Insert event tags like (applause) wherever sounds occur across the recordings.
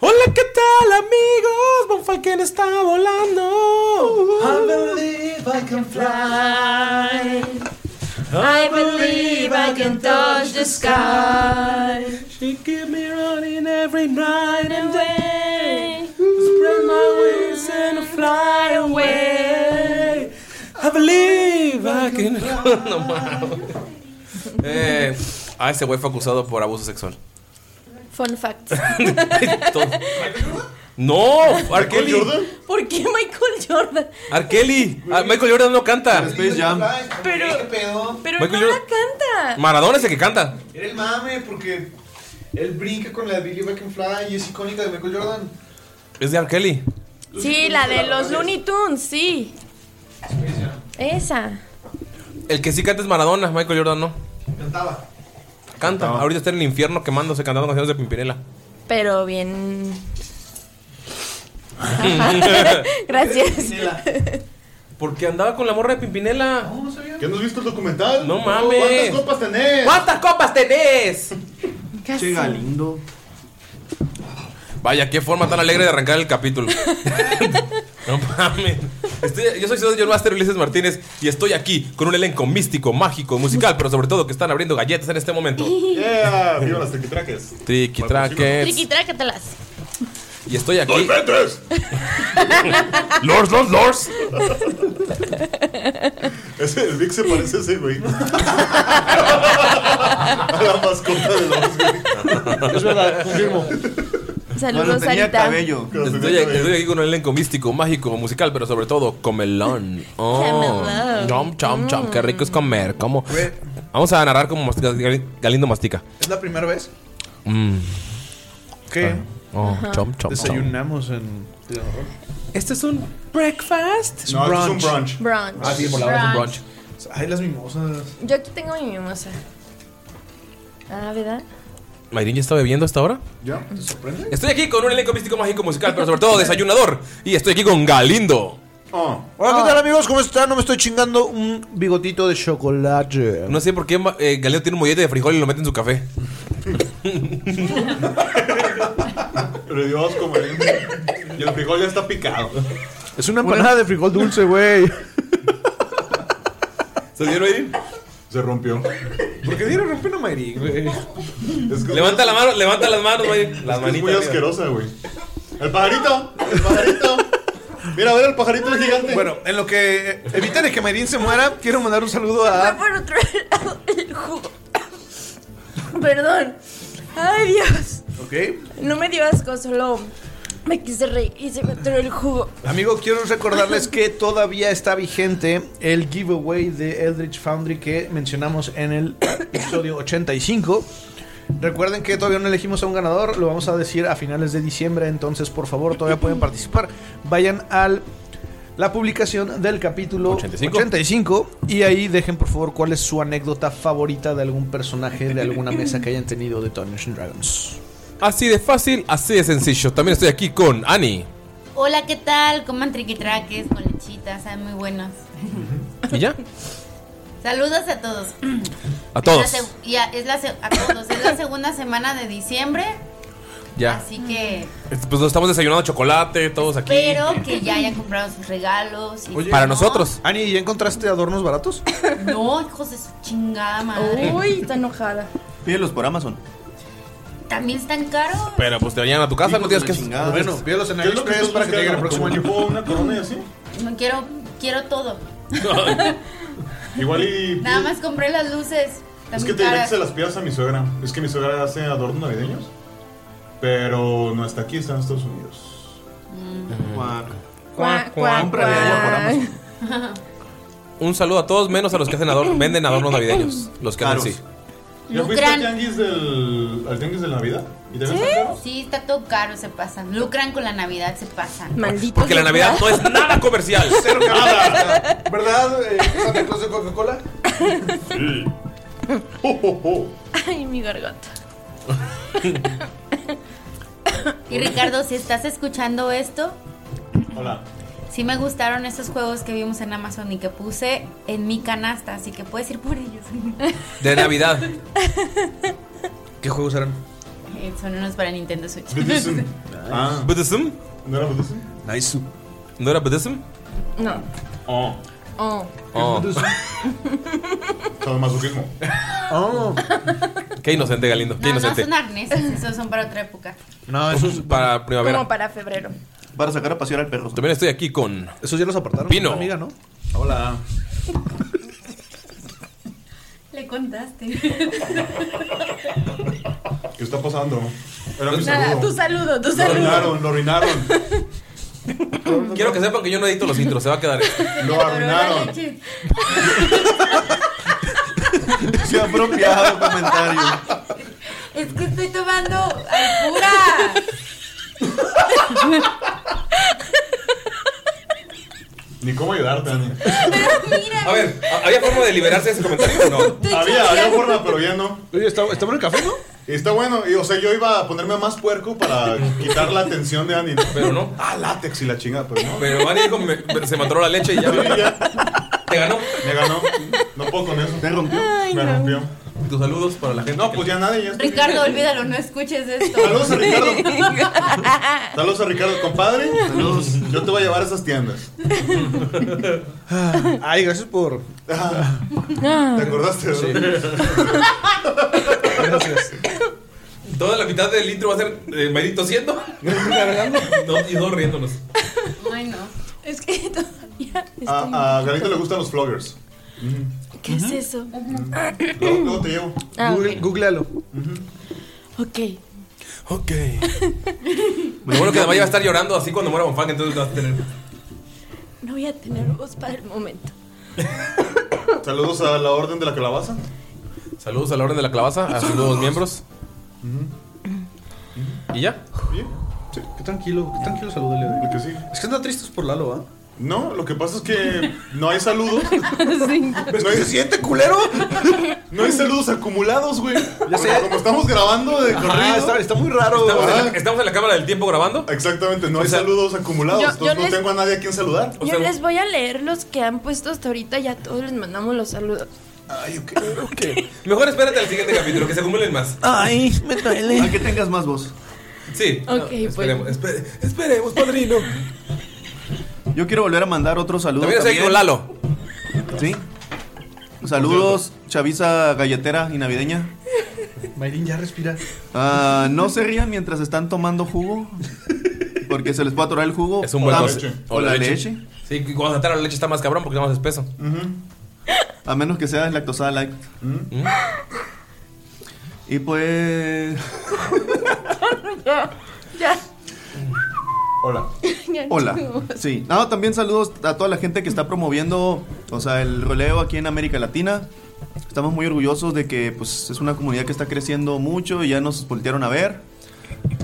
Hola, ¿qué tal, amigos? Von Falken está volando. I believe I can fly. I believe I can touch the sky. She keep me running every night and day. Spread my wings and fly away. I believe I can. (laughs) no mames. Eh, ah, ese güey fue acusado por abuso sexual. Fun fact. Todo. No, R. Kelly. ¿Por qué Michael Jordan? R. Kelly. Ah, Michael Jordan no canta. Pero, pero Michael no la Jordan- canta. Maradona es el que canta. Era el mame porque él brinca con la de Billy Back and Fly y es icónica de Michael Jordan. Es de R. Kelly. sí, la de los Looney Tunes, sí. Esa. El que sí canta es Maradona, Michael Jordan no. Cantaba. Canta. Ahorita está en el infierno quemándose cantando canciones de Pimpinela. Pero (laughs) bien. Gracias. (laughs) Porque andaba con la morra de Pimpinela. No, no sabía. ¿Qué no has visto el documental? No mames. ¿Cuántas copas tenés? ¿Cuántas copas tenés? Casi. Galindo. Vaya, qué forma tan alegre de arrancar el (laughs) capítulo. no mames. Estoy- yo soy Ciudad John Master Ulises Martínez y estoy aquí con un elenco místico, mágico, musical, pero sobre todo que están abriendo galletas en este (laughs) momento. Yeah, viva las tequitraques. Triqui traques. Triquitrácatelas. Y estoy aquí. ¡Petres! Lords, lords, lords. Ese, el Vic se parece a ese (laughs) güey. a la mascota de los güey. Saludos, Sarita. Estoy, Cuando tenía cabello. estoy aquí con un elenco místico, mágico, musical, pero sobre todo comelón. Oh. Comelón. Chom, chom, chom. Qué rico es comer. Como... Vamos a narrar como mastica- Gal- Galindo mastica. ¿Es la primera vez que Oh, chom, chom, chom. desayunamos en Este es un breakfast. No, esto es un brunch. Brunch. Ah, sí, por la hora es un brunch. Ay, las mimosas. Yo aquí tengo mi mimosa. Ah, ¿verdad? ¿Mayrin ya está bebiendo hasta ahora? ¿Ya? ¿Te sorprende? Estoy aquí con un elenco místico, mágico, musical, pero sobre todo desayunador. Y estoy aquí con Galindo. Oh. Hola, ¿qué tal amigos? ¿Cómo están? No me estoy chingando un bigotito de chocolate. No sé por qué ma- eh, Galindo tiene un mollete de frijol y lo mete en su café. Pero Dios, (laughs) como el... Y el frijol ya está picado. Es una empanada de frijol dulce, güey. ¿Se vieron ahí? Se rompió. ¿Por qué dieron rompiendo Mayrin, güey? Es que- Levanta la mano, levanta las manos, güey. Las Es que manitas. es muy mira. asquerosa, güey. El pajarito, el pajarito. Mira, a ver el pajarito es gigante. Bueno, en lo que evitan de que Mayrin se muera, quiero mandar un saludo Fue a... por otro lado el jugo. Perdón. Ay, Dios. ¿Ok? No me dio asco, solo me quise reír y se me entró el jugo. Amigo, quiero recordarles que todavía está vigente el giveaway de Eldritch Foundry que mencionamos en el (coughs) episodio 85. Recuerden que todavía no elegimos a un ganador, lo vamos a decir a finales de diciembre, entonces por favor todavía pueden participar. Vayan al la publicación del capítulo 85. 85. y ahí dejen por favor cuál es su anécdota favorita de algún personaje de alguna mesa que hayan tenido de Dungeons and Dragons. Así de fácil, así de sencillo. También estoy aquí con Ani. Hola, ¿qué tal? Coman triquitraques con lechitas, saben muy buenos. ¿Y ya? Saludos a todos. A todos. Es la, seg- ya, es la se- a todos. Es la segunda semana de diciembre, Ya. así que Pues nos estamos desayunando chocolate, todos aquí. espero que ya hayan comprado sus regalos. y- Para nosotros. Ani, ¿ya encontraste adornos baratos? No, hijos de su chingada madre. Uy, está enojada. Pídelos por Amazon. También están caros. Pero pues te vayan a tu casa, no tienes que. Bueno, pídelos en ¿Qué es lo que AliExpress estás para que te llegue el buscando? próximo año. ¿Tipo una corona y así? No quiero, quiero todo. Igual y. (laughs) Nada más compré las luces. Están Es que muy te diré que caras. se las pidas a mi suegra. Es que mi suegra hace adornos navideños. Pero no está aquí, está en Estados Unidos. Cuá, cuá, Cómprale cuá. allá por Amazon. Un saludo a todos, menos a los que hacen adorno, venden adornos navideños. Los que hacen Caros. sí. ¿Ya fuiste al Lucran. tianguis del, al tianguis de Navidad? ¿Y te Sí, está todo caro, se pasan. Lucran con la Navidad, se pasan. Maldito. Porque la (laughs) Navidad no es nada comercial. Cero nada. ¿Verdad? Eh, Santa Claus de Coca-Cola? Ay, mi garganta. Y Ricardo, si estás escuchando esto, (laughs) Hola. Sí me gustaron esos juegos que vimos en Amazon y que puse en mi canasta, así que puedes ir por ellos. De Navidad. ¿Qué juegos eran? Eh, Son unos para Nintendo Switch. Buddhism. Ah, ¿Buddhism? ¿no era Buddhism? Nice. ¿No era Buddhism? No. Oh, Oh. Oh, sadomasoquismo. Oh. qué inocente, Galindo. Qué No, no inocente. son arneses, esos son para otra época. No, esos, Para primavera. Como para febrero. Para sacar a pasear al perro. También estoy aquí con. esos ya los apartaron. Pino. Amiga, ¿no? Hola. Le contaste. ¿Qué está pasando? Era mi Nada, tu saludo. saludo, tu Lo saludo. arruinaron, lo arruinaron. Quiero que sepan que yo no edito (laughs) los intros, se va a quedar. Lo arruinaron. Se ha apropiado comentario. Es que estoy tomando alpura. Ni cómo ayudarte, Dani. Pero mira, A ver, ¿había forma de liberarse de ese comentario? No. estoy Había, había choqueando. forma, pero ya no. Oye, ¿está, está bueno el café, no? Está bueno, y, o sea, yo iba a ponerme más (laughs) puerco para quitar la atención de Andy. Pero no. Ah, látex y la chingada, pero no. Pero Mani dijo, me- me- se mató la leche y (laughs) ya. Sí, ya, Te ganó. me ganó. No puedo con eso. Te rompió. me rompió. Tus saludos para la gente. No, que- pues ya nadie. Ya estoy- Ricardo, olvídalo, no escuches esto. Saludos a Ricardo. Saludos a Ricardo, compadre. Saludos. Yo te voy a llevar a esas tiendas. Ay, gracias por. Ah, ¿Te acordaste? Sí. Gracias. Toda la mitad del intro va a ser eh, Maidito siendo. (laughs) No, y dos riéndonos. Ay, no. Es que todavía estoy... A, a Galito le gustan los floggers. ¿Qué es eso? Luego, luego te llevo. Ah, Google- Googlealo. ok. Ok. Lo bueno que además va a estar llorando así cuando muera Bonfang, entonces vas a tener. No voy a tener voz para el momento. Saludos a la Orden de la Calabaza. Saludos a la orden de la clavaza, a sus nuevos miembros. Y ya. Bien, Sí, qué tranquilo, qué tranquilo salúdale. lo que sigue. Es que anda tristes por Lalo, ¿ah? No, lo que pasa es que no hay saludos. ¿No se siente culero? No hay saludos acumulados, güey. Ya sé. Porque Como estamos grabando de corrido. Ah, está, está muy raro. Estamos en, la, Ajá. estamos en la cámara del tiempo grabando. Exactamente, no hay O sea, saludos acumulados. yo- entonces yo no les- tengo a nadie a quien saludar. O Yo sea, les voy a leer los que han puesto hasta ahorita y a todos les mandamos los saludos. Ay, ok, ok. Mejor espérate al siguiente capítulo, que se acumulen más. Ay, me A duele. que tengas más voz. Sí. Ok, pues, esperemos, espere- esperemos, padrino. Yo quiero volver a mandar otro saludo. También estoy También con Lalo. Sí. Saludos, chaviza galletera y navideña. Mayrin ya respira. Ah, no se rían mientras están tomando jugo. Porque se les puede atorar el jugo. Es un buen Ah, consejo. O la leche. Sí, cuando se atara la leche está más cabrón porque está más espeso. A menos que sea deslactosada light. Y pues. ya, (laughs) ya. (laughs) Hola. Ya no (laughs) Hola. tengo voz. Sí. No, también saludos a toda la gente que está promoviendo, o sea, el roleo aquí en América Latina. Estamos muy orgullosos de que pues es una comunidad que está creciendo mucho y ya nos voltearon a ver.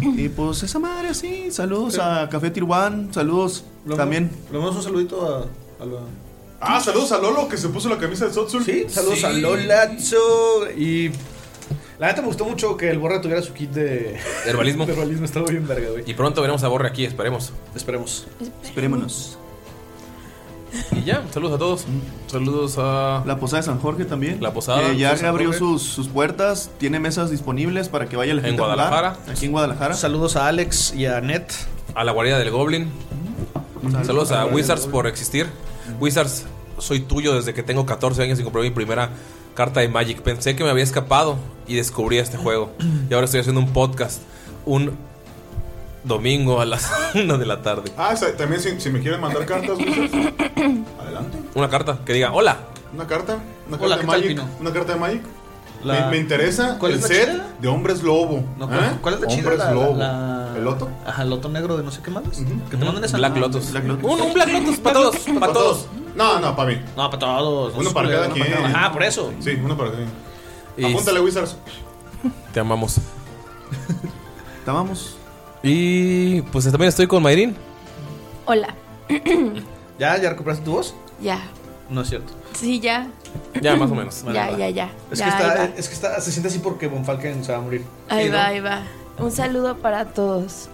Y pues esa madre sí, saludos a Café Tirwan, saludos también. Le mandamos un saludito a, a la... Ah, saludos a Lolo que se puso la camisa de Sotsul. Sí, saludos a Lolazo. Y la neta me gustó mucho que el Borra tuviera su kit de De herbalismo. De (laughs) herbalismo, estaba bien verga, güey. Y pronto veremos a Borre aquí, esperemos. Esperemos. Esperémonos. Y ya, saludos a todos. Saludos a. La Posada de San Jorge también. La Posada. Que ya San reabrió Jorge. sus, sus puertas, tiene mesas disponibles para que vaya la En gente a jugar. Guadalajara. Aquí en Guadalajara. Saludos a Alex y a Net. A la guarida del Goblin. Saludos a Saludos. Wizards por existir. Wizards, soy tuyo desde que tengo 14 años y compré mi primera carta de Magic. Pensé que me había escapado y descubrí este juego. Y ahora estoy haciendo un podcast. Un domingo a las (laughs) 1 de la tarde. Ah, sa- también si, si me quieren mandar cartas, Wizards, adelante. Una carta que diga, hola. Una carta, una carta Hola, de ¿qué tal, Magic. Pino? Una carta de Magic. La- Me, me interesa ¿Cuál el es la set chida? de hombres lobo. No, ¿cuál- ¿eh? ¿Cuál es la chida? Hombres La- lobo. la- ¿El loto? Ajá, el loto negro de no sé qué más. Que te manden esa. Black Lotus. Un, Black Lotus para todos. Para todos. No, no, para mí. No, para todos. Uno para cada quien. Ajá, por eso. Sí, uno para cada Y- quien. Apúntale, Wizards. Te amamos. Te amamos. Y pues también estoy con Mayrin. Hola. ¿Ya? ¿Ya recuperaste tu voz? ya. No es cierto. Sí, ya. Ya, más o (laughs) menos. Bueno, ya, va. ya, ya. Es, Ya, que está, ahí va. es que está, se siente así porque Von Falken se va a morir. Ahí Sí, ¿no? va, ahí va. Un saludo para todos.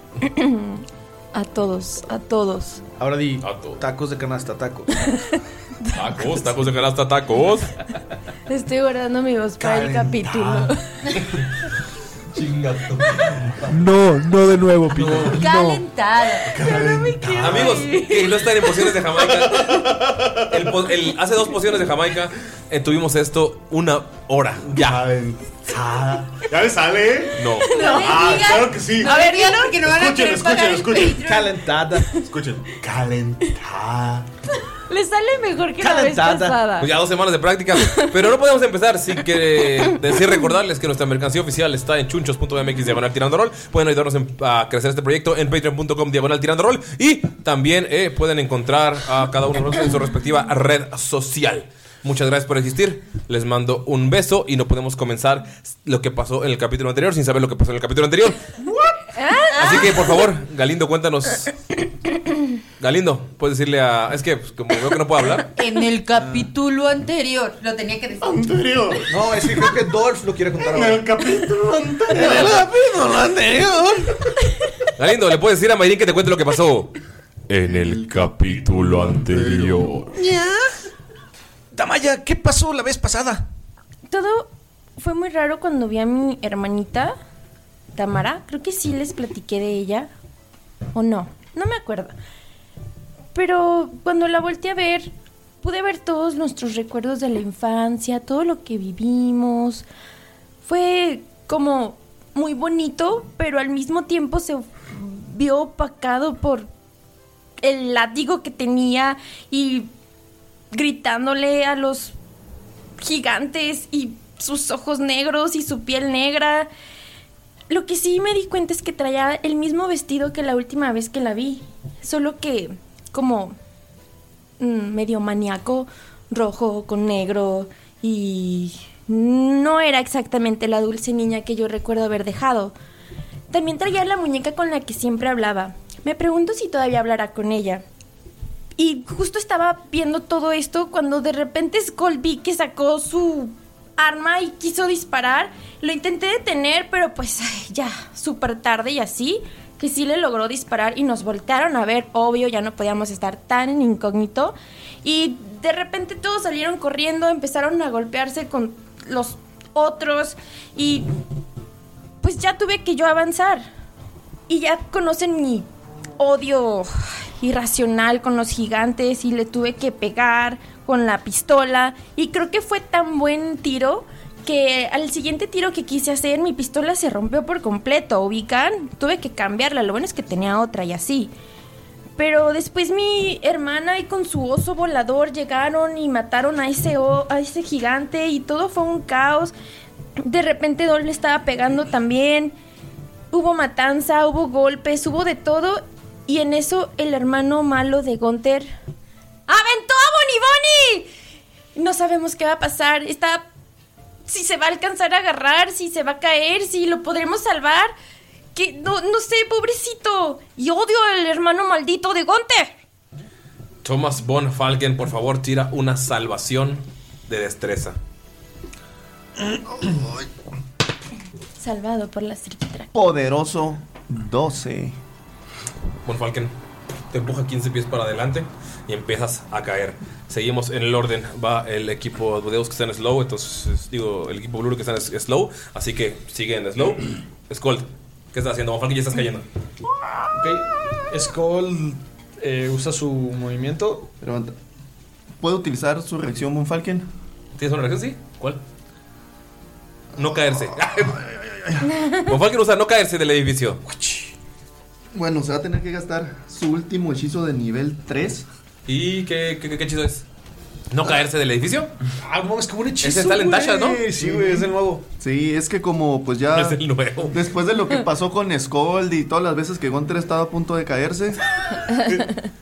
(clears throat) a todos, a todos. Ahora di tacos de canasta, (laughs) taco. Tacos, tacos de canasta, tacos. Estoy guardando mi voz para el capítulo. (laughs) Chingato. No, no de nuevo, Pino. Calentada. Pero no me quiero. Amigos que no están en pociones de Jamaica, el po- el- hace dos pociones de Jamaica eh, tuvimos esto una hora. Ya. ¿Ya le sale? No. No me Ah, digas. claro que sí. A ver, díganlo porque no van a querer pagar el Patreon. Calentada. Escuchen. Calentada. Le sale mejor que la vez pasada. Pues ya dos semanas de práctica. Pero no podemos empezar sin que decir recordarles que nuestra mercancía oficial está en chunchos.mx diagonal tirando rol. Pueden ayudarnos en- a crecer este proyecto en patreon.com diagonal tirando rol. Y también eh, pueden encontrar a cada uno de nosotros en su respectiva red social. Muchas gracias por existir. Les mando un beso y no podemos comenzar lo que pasó en el capítulo anterior sin saber lo que pasó en el capítulo anterior. Así que por favor, Galindo, cuéntanos. Galindo, puedes decirle a. Es que pues, como veo que no puedo hablar. En el capítulo anterior lo tenía que decir. Anterior. No, es que creo que Dolph lo quiere contar ahora. En el capítulo anterior. En el capítulo anterior. Galindo, le puedes decir a Mayrin que te cuente lo que pasó. En el capítulo anterior. Tamaya, ¿qué pasó la vez pasada? Todo fue muy raro cuando vi a mi hermanita, Tamara. Creo que sí les platiqué de ella. O no, no me acuerdo. Pero cuando la volteé a ver, pude ver todos nuestros recuerdos de la infancia, todo lo que vivimos. Fue como muy bonito, pero al mismo tiempo se vio opacado por el látigo que tenía y gritándole a los gigantes y sus ojos negros y su piel negra. Lo que sí me di cuenta es que traía el mismo vestido que la última vez que la vi, solo que como mm, medio maníaco, rojo con negro y no era exactamente la dulce niña que yo recuerdo haber dejado. También traía la muñeca con la que siempre hablaba. Me pregunto si todavía hablará con ella. Y justo estaba viendo todo esto cuando de repente Skull vi que sacó su arma y quiso disparar. Lo intenté detener, pero pues (laughs) ay, ya, súper tarde y así, que sí le logró disparar y nos voltearon a ver. Obvio, ya no podíamos estar tan en incógnito. Y de repente todos salieron corriendo, empezaron a golpearse con los otros y pues ya tuve que yo avanzar. Y ya conocen mi odio irracional con los gigantes y le tuve que pegar con la pistola y creo que fue tan buen tiro que al siguiente tiro que quise hacer mi pistola se rompió por completo, ubican, tuve que cambiarla, lo bueno es que tenía otra y así. Pero después mi hermana y con su oso volador llegaron y mataron a ese, o- a ese gigante y todo fue un caos. De repente Don le estaba pegando también. Hubo matanza, hubo golpes, hubo de todo. Y en eso el hermano malo de Gunther aventó a Bonnie Bonnie. No sabemos qué va a pasar. Está. Si se va a alcanzar a agarrar, si se va a caer, si lo podremos salvar. Que no, no sé, pobrecito. Y odio al hermano maldito de Gunther. Thomas Von Falken, por favor, tira una salvación de destreza. Salvado por las triquitrac. Poderoso 12. Von Falken te empuja 15 pies para adelante y empiezas a caer. Seguimos en el orden. Va el equipo Deus que está en slow, entonces digo, el equipo Blue que está en s- slow, así que sigue en slow. Scold, ¿qué estás haciendo? Von Falken ya estás cayendo. Ok. Skull eh, usa su movimiento. ¿Puedo utilizar su reacción, Monfalken? ¿Tienes una reacción, sí? ¿Cuál? No caerse. (laughs) Von Falken usa no caerse del edificio. Bueno, se va a tener que gastar su último hechizo de nivel 3. ¿Y qué, qué, qué hechizo es? ¿No caerse del edificio? Ah, no, es como un hechizo, Ese está en güey. Tasha, ¿no? Sí, güey, es el nuevo. Sí, es que como pues ya. (laughs) Es el nuevo. Después de lo que pasó con Scold y todas las veces que Gunter estaba a punto de caerse.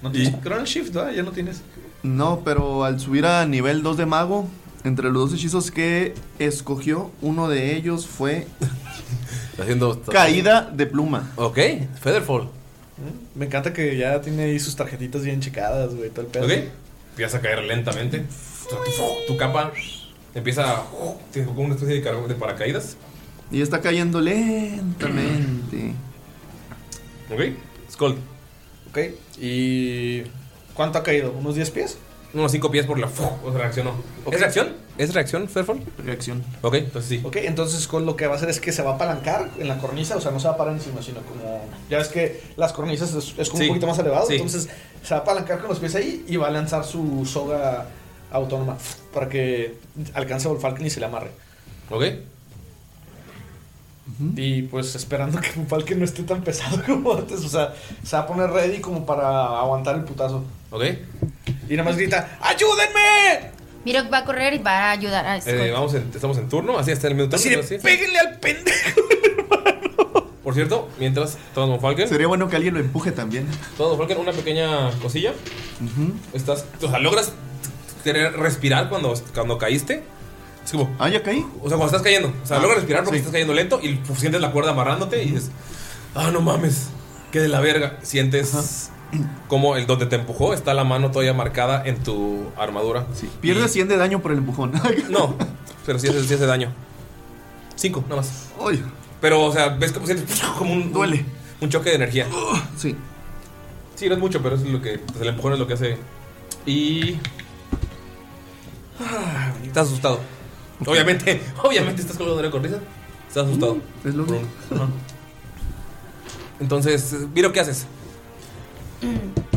No tienes Chronal Shift, ¿verdad? Ya no tienes. No, pero al subir a nivel 2 de mago, entre los dos hechizos que escogió, uno de ellos fue Haciendo caída de pluma. Ok, Featherfall. Me encanta que ya tiene ahí sus tarjetitas bien checadas, güey, todo el pedo. Ok. Empiezas a caer lentamente. O sea, tu, tu capa empieza a- te- como una especie de, car- de paracaídas. Y está cayendo lentamente. Ok. Skull. Ok. ¿Y cuánto ha caído? ¿Unos 10 pies? Unos 5 pies por la. uh, O sea, reaccionó. ¿Es reacción? ¿Es reacción, Featherfall? Reacción. Ok, entonces sí. Ok, entonces Skull lo que va a hacer es que se va a apalancar en la cornisa, o sea, no se va a parar encima, sino como. Ya ves que las cornisas es, es como Sí, un poquito más elevado, sí. entonces se va a apalancar con los pies ahí y va a lanzar su soga autónoma para que alcance a Volfalken y se le amarre. Ok. Y pues esperando que Volfalken no esté tan pesado (laughs) como antes, o sea, se va a poner ready como para aguantar el putazo. Ok. Y nada más grita: ¡Ayúdenme! Mirok va a correr y va a ayudar a Skull. Eh, vamos en- estamos en turno, así hasta el minuto. Así de, ¡Péguenle al pendejo, Por cierto, mientras Thomas Von Falken. Sería bueno que alguien lo empuje también. Thomas Von Falken, una pequeña cosilla. Estás. O sea, logras tener, respirar cuando, cuando caíste. Es como. Ah, ya caí. O sea, cuando estás cayendo. O sea, Ah, logras respirar porque sí. estás cayendo lento y pues, sientes la cuerda amarrándote y dices. Ah, no mames. Que de la verga. Sientes. Como el donde te empujó está la mano todavía marcada en tu armadura. Pierde 100 de daño por el empujón. no, pero sí hace, sí hace daño. Cinco, nada más. Pero, o sea, ves como sientes (laughs) como un. Duele. Un choque de energía. Sí. Sí, no es mucho, pero es lo que. pues, el empujón es lo que hace. Y. ah, Estás asustado. Obviamente, (laughs) obviamente estás colgado de la cornisa. Estás asustado. Es lo único. Entonces, Viro, ¿qué haces?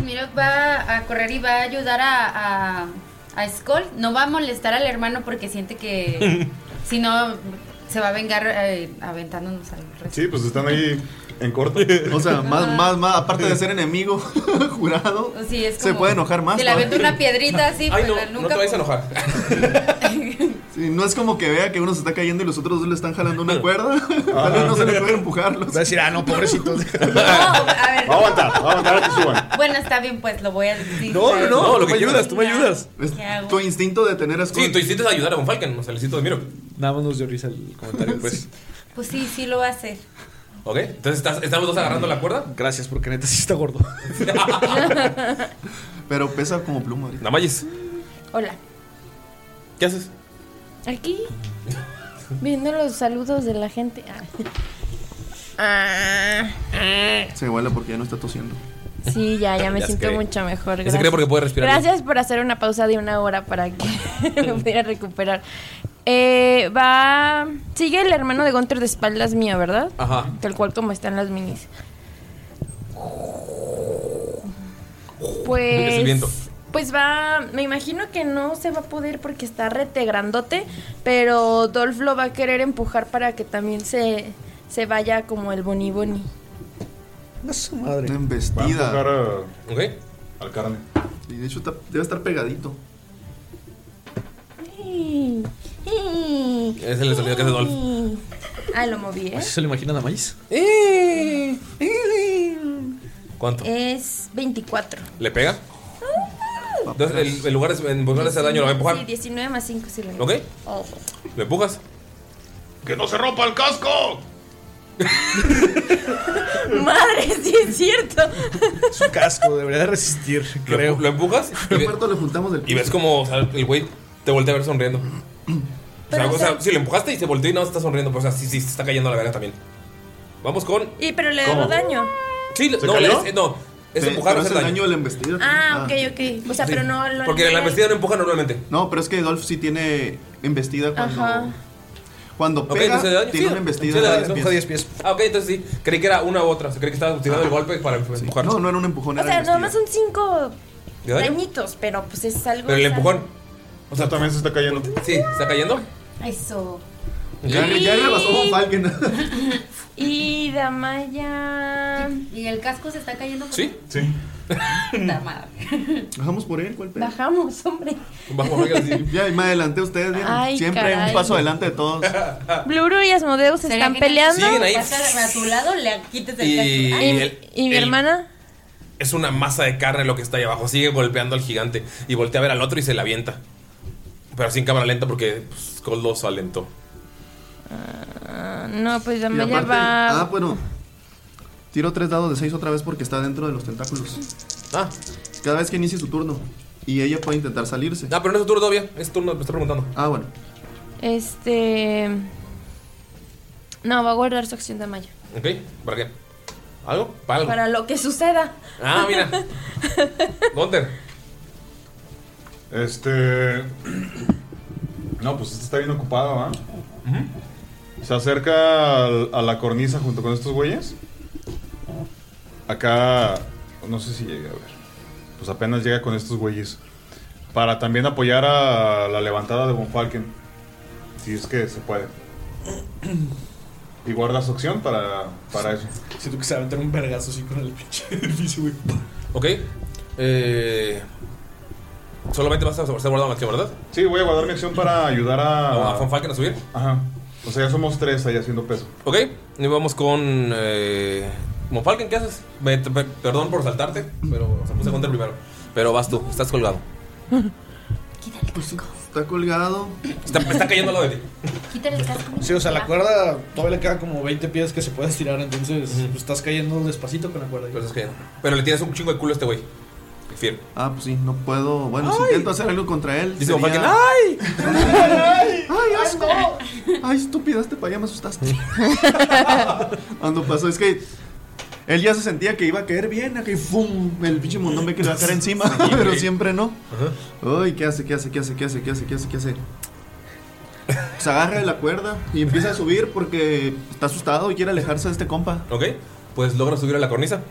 Mirok va a correr y va a ayudar a, a, a Skull. No va a molestar al hermano porque (laughs) siente que si no se va a vengar eh, aventándonos al resto. Sí, pues están ahí en corto. O sea, más, más, más, aparte de ser enemigo (laughs) jurado, Sí, es se como- puede enojar más. Se le aventó ¿no? (laughs) una piedrita así, Ay, pero no, la no nuca. te vayas (laughs) a enojar. Sí, no es como que vea que uno se está cayendo y los otros dos le están jalando una cuerda. Tal vez no se le puede empujarlos. Va a decir, ah, no, (laughs) pobrecitos. a ver. Va a aguantar, va a aguantar a que suban. Bueno, está bien, pues lo voy a decir. tú me ayudas. ¿Qué hago? Tu instinto de tener a (laughs) Sí, tú hiciste ayudar a Von Falken, o sea, le hiciste de Miro. Nada más nos dio risa el comentario, pues. Pues sí, sí lo va a hacer. Ok, entonces estás, estamos dos agarrando la cuerda. Gracias, porque neta (laughs) sí está (laughs) gordo. Pero pesa como pluma. Namayis, Hola. ¿qué haces? Aquí. Viendo los saludos de la gente. Ah. Ah. Se iguala porque ya no está tosiendo. Sí, ya, ya (laughs) me Ya se siento cree. mucho mejor. Ya se gracias. cree porque puede respirar bien. Gracias por hacer una pausa de una hora para que (laughs) (laughs) me pudiera recuperar. Eh, va. Sigue el hermano de Gunter de espaldas mía, ¿verdad? Ajá. Tal cual como están las minis. Pues. Es el viento. Pues va. Me imagino que no se va a poder porque está rete grandote. Pero Dolph lo va a querer empujar para que también se, se vaya como el boni boni. No su madre. Embestida. Va Ok. Al carne. Y de hecho está- debe estar pegadito. Ay, ay. Es el sonido que hace Dolph. Ah, lo moví, ¿eh? ¿Así se lo imagina la maíz? Eh, ¿Cuánto? Es 24. ¿Le pega? Entonces, el, el lugar es, en lugar de hacer daño lo va a Sí, empujar. 19 más 5 sí lo ¿Ok? Oh. ¿Lo empujas? ¡Que no se rompa el casco! (laughs) Madre, sí es cierto. Su casco, debería de resistir, creo. ¿Lo empujas? Y, ve- y ves como o sea, el güey te voltea a ver sonriendo. O sea, Pero, o sea, o sea- sí, lo empujaste y se volteó y no está sonriendo. Pero, o sea, sí, sí, se está cayendo a la verga también. Vamos con. Y pero le ¿Cómo? dado daño. Sí, ¿Se no, cayó? es, no, es Sí, empujar, pero no es hacer el daño. daño de la investida. Ah, ok, ok. O sea, pero no lo Porque la investida no empuja normalmente. No, pero es que Dolph sí tiene embestida cuando, Ajá. cuando Ok, pega. entonces le daño. tiene Sí, una embestida sí, le de daño. diez Empuja pies. 10 pies. Ah, ok, entonces sí. Creí que era una u otra. O sea, creí que estaba utilizando el golpe para empujar. No, no era un empujón, O sea, nomás son 5 ¿De daño? dañitos, pero pues es algo. Pero el o sea- empujón. O sea, también se está cayendo. Sí, se está cayendo. Eso. Ya, ya rebasó Von Falken. Y Damaya. Y el casco se está cayendo. ¿Sí? Sí. (laughs) Bajamos por él, ¿cuál pedo? Bajamos, hombre. Ya, y más adelante ustedes, miren, Ay, siempre caray. un paso adelante de (laughs) todos. Bluru y Asmodeus se están peleando. Ah. Siguen ahí. Pasa A tu lado le quites Y- casco. y Ay, el- y mi el- hermana. Es una masa de carne lo que está ahí abajo. Sigue golpeando al gigante. Y voltea a ver al otro y se la avienta. Pero sin cámara lenta porque pues, Skull los alentó. Ah, no, pues Y Damaya aparte- va. Ah, bueno. Tiro tres dados de seis otra vez porque está dentro de los tentáculos. Ah. Cada vez que inicie su turno. Y ella puede intentar salirse. Ah, pero no es tu turno todavía. Es turno, me está preguntando. Ah, bueno. Este. No, va a guardar su acción Damaya. ¿Ok? ¿Para qué? ¿Algo? Para algo. Para lo que suceda. Ah, (laughs) mira. Gunter. Este. (clears throat) No, pues este está bien ocupado, ¿va? Se acerca al- a la cornisa junto con estos güeyes. Acá. No sé si llega a ver. Pues apenas llega con estos güeyes. Para también apoyar a la levantada de Von Falken. Si es que se puede. Y guarda su opción para, para eso. Siento que se va a aventar un vergazo así con el pinche (laughs) edificio, güey. Ok. Eh, solamente vas a estar guardando la acción, ¿verdad? Sí, voy a guardar mi acción para ayudar a. ¿A Von Falken a subir? Ajá. O sea, ya somos tres ahí haciendo peso. Ok. Y vamos con. Eh, Von Falken, ¿qué haces? Me- te- pe- perdón por saltarte, pero se puse Gunter primero. Pero vas tú, estás colgado. Pues, está colgado. Está, está cayendo al lado de ti. Quítale el casco. Sí, o sea, la cuerda todavía le quedan como 20 pies que se puede estirar, entonces pues, estás cayendo despacito con la cuerda. Pero estás cayendo. Pero le tienes un chingo de culo a este güey. Fiel. Ah, pues sí, no puedo. Bueno, si Ay. intento hacer algo contra él. Dice "Ah, Von sería- Falken, ¡ay! ¡Ay! ¡Ay, asco! ¡Ay, estúpida, este para allá me asustaste! Cuando pasó, es que él ya se sentía que iba a caer bien, acá y ¡fum! El pinche montón ve que le va a caer encima, (laughs) pero siempre no. ¡Ay, qué hace, qué hace, qué hace, qué hace, qué hace, qué hace, qué hace! Se agarra de la cuerda y empieza a subir porque está asustado y quiere alejarse de este compa. Ok. Pues logra subir a la cornisa.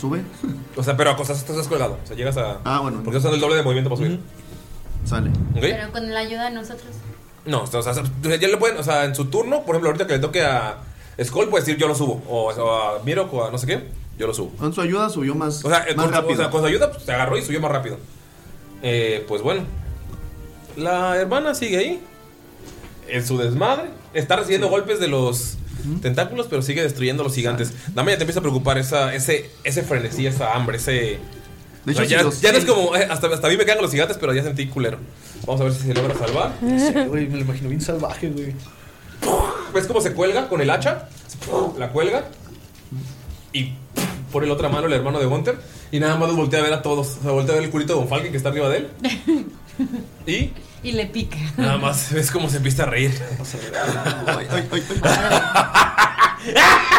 Sube. (laughs) O sea, pero a cosas estás colgado. O sea, llegas a. Ah, bueno. Porque estás el doble de movimiento para subir. Sale. Ok. Pero con la ayuda de nosotros. No, o sea, o sea, ya le pueden, o sea, en su turno, por ejemplo, ahorita que le toque a Skull, puede decir yo lo subo. O, o a Miro o a no sé qué, yo lo subo. Con su ayuda subió más, O sea, más con, rápido. o sea, con su ayuda pues, se agarró y subió más rápido. Eh, pues bueno. La hermana sigue ahí. En su desmadre. Está recibiendo golpes de los tentáculos, pero sigue destruyendo a los gigantes. Dame ya te empieza a preocupar esa, ese, ese frenesí, esa hambre, ese. De hecho, O sea, ya, si los- ya no es como. eh, Hasta, hasta a mí me cagan los gigantes, pero ya sentí culero. Vamos a ver si se logra salvar. Ya sé, güey, me lo imagino bien salvaje, güey. ¿Ves cómo se cuelga con el hacha? La cuelga. Y pone la otra mano el hermano de Gunter. Y nada más los voltea a ver a todos. O sea, voltea a ver el culito de Von Falken que está arriba (laughs) de él. Y Y le pica. nada más ves cómo se empieza a reír. (laughs)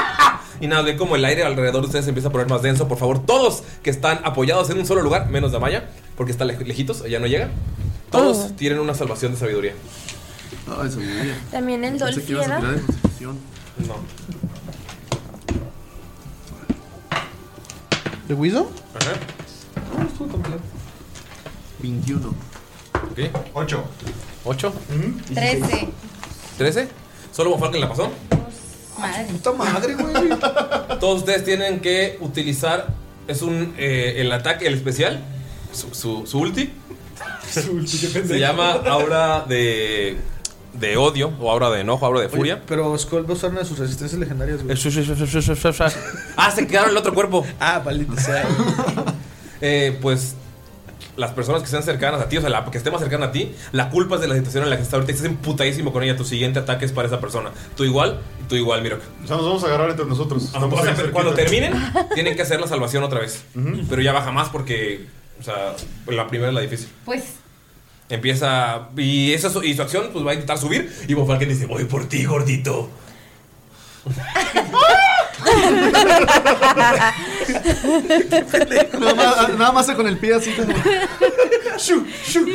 Y nada, ve como el aire alrededor de ustedes se empieza a poner más denso. Por favor, todos que están apoyados en un solo lugar, menos Damaya, porque está lej- lejitos, allá no llega. Todos Oh. tienen una salvación de sabiduría. Ay, sabiduría. También el Pensé Dolphy, que ibas a ¿verdad? tirar de constitución. No. ¿De Wisdom? Ajá. 21. ¿Qué? 8. 8. 13. 13. Solo Von Falken la pasó. Madre. Puta madre, güey. (laughs) Todos ustedes tienen que utilizar. Es un. eh, el ataque, el especial. Su, su, su ulti. Su ulti, qué Se pendejo. llama Aura de de odio, o ahora de enojo, ahora de Oye, furia. Pero Skull va a usar una de sus resistencias legendarias, Eh, güey. ah, se quedaron el otro cuerpo. Ah, maldita sea. (laughs) Eh, pues las personas que sean cercanas a ti, o sea, la que esté más cercana a ti, la culpa es de la situación en la que estás ahorita. Estás emputadísimo con ella. Tu siguiente ataque es para esa persona. Tú igual, y tú igual, Miro. O sea, nos vamos a agarrar entre nosotros. Estamos O sea, ahí cerquita. cuando terminen, (laughs) tienen que hacer la salvación otra vez. Pero ya baja más porque, o sea, la primera es la difícil. Pues Empieza. Y, esa su- y su acción pues va a intentar subir. Y Von Falken dice: Voy por ti, gordito. (laughs) nada, más, ah, nada más con el pie así como. Shu, shu.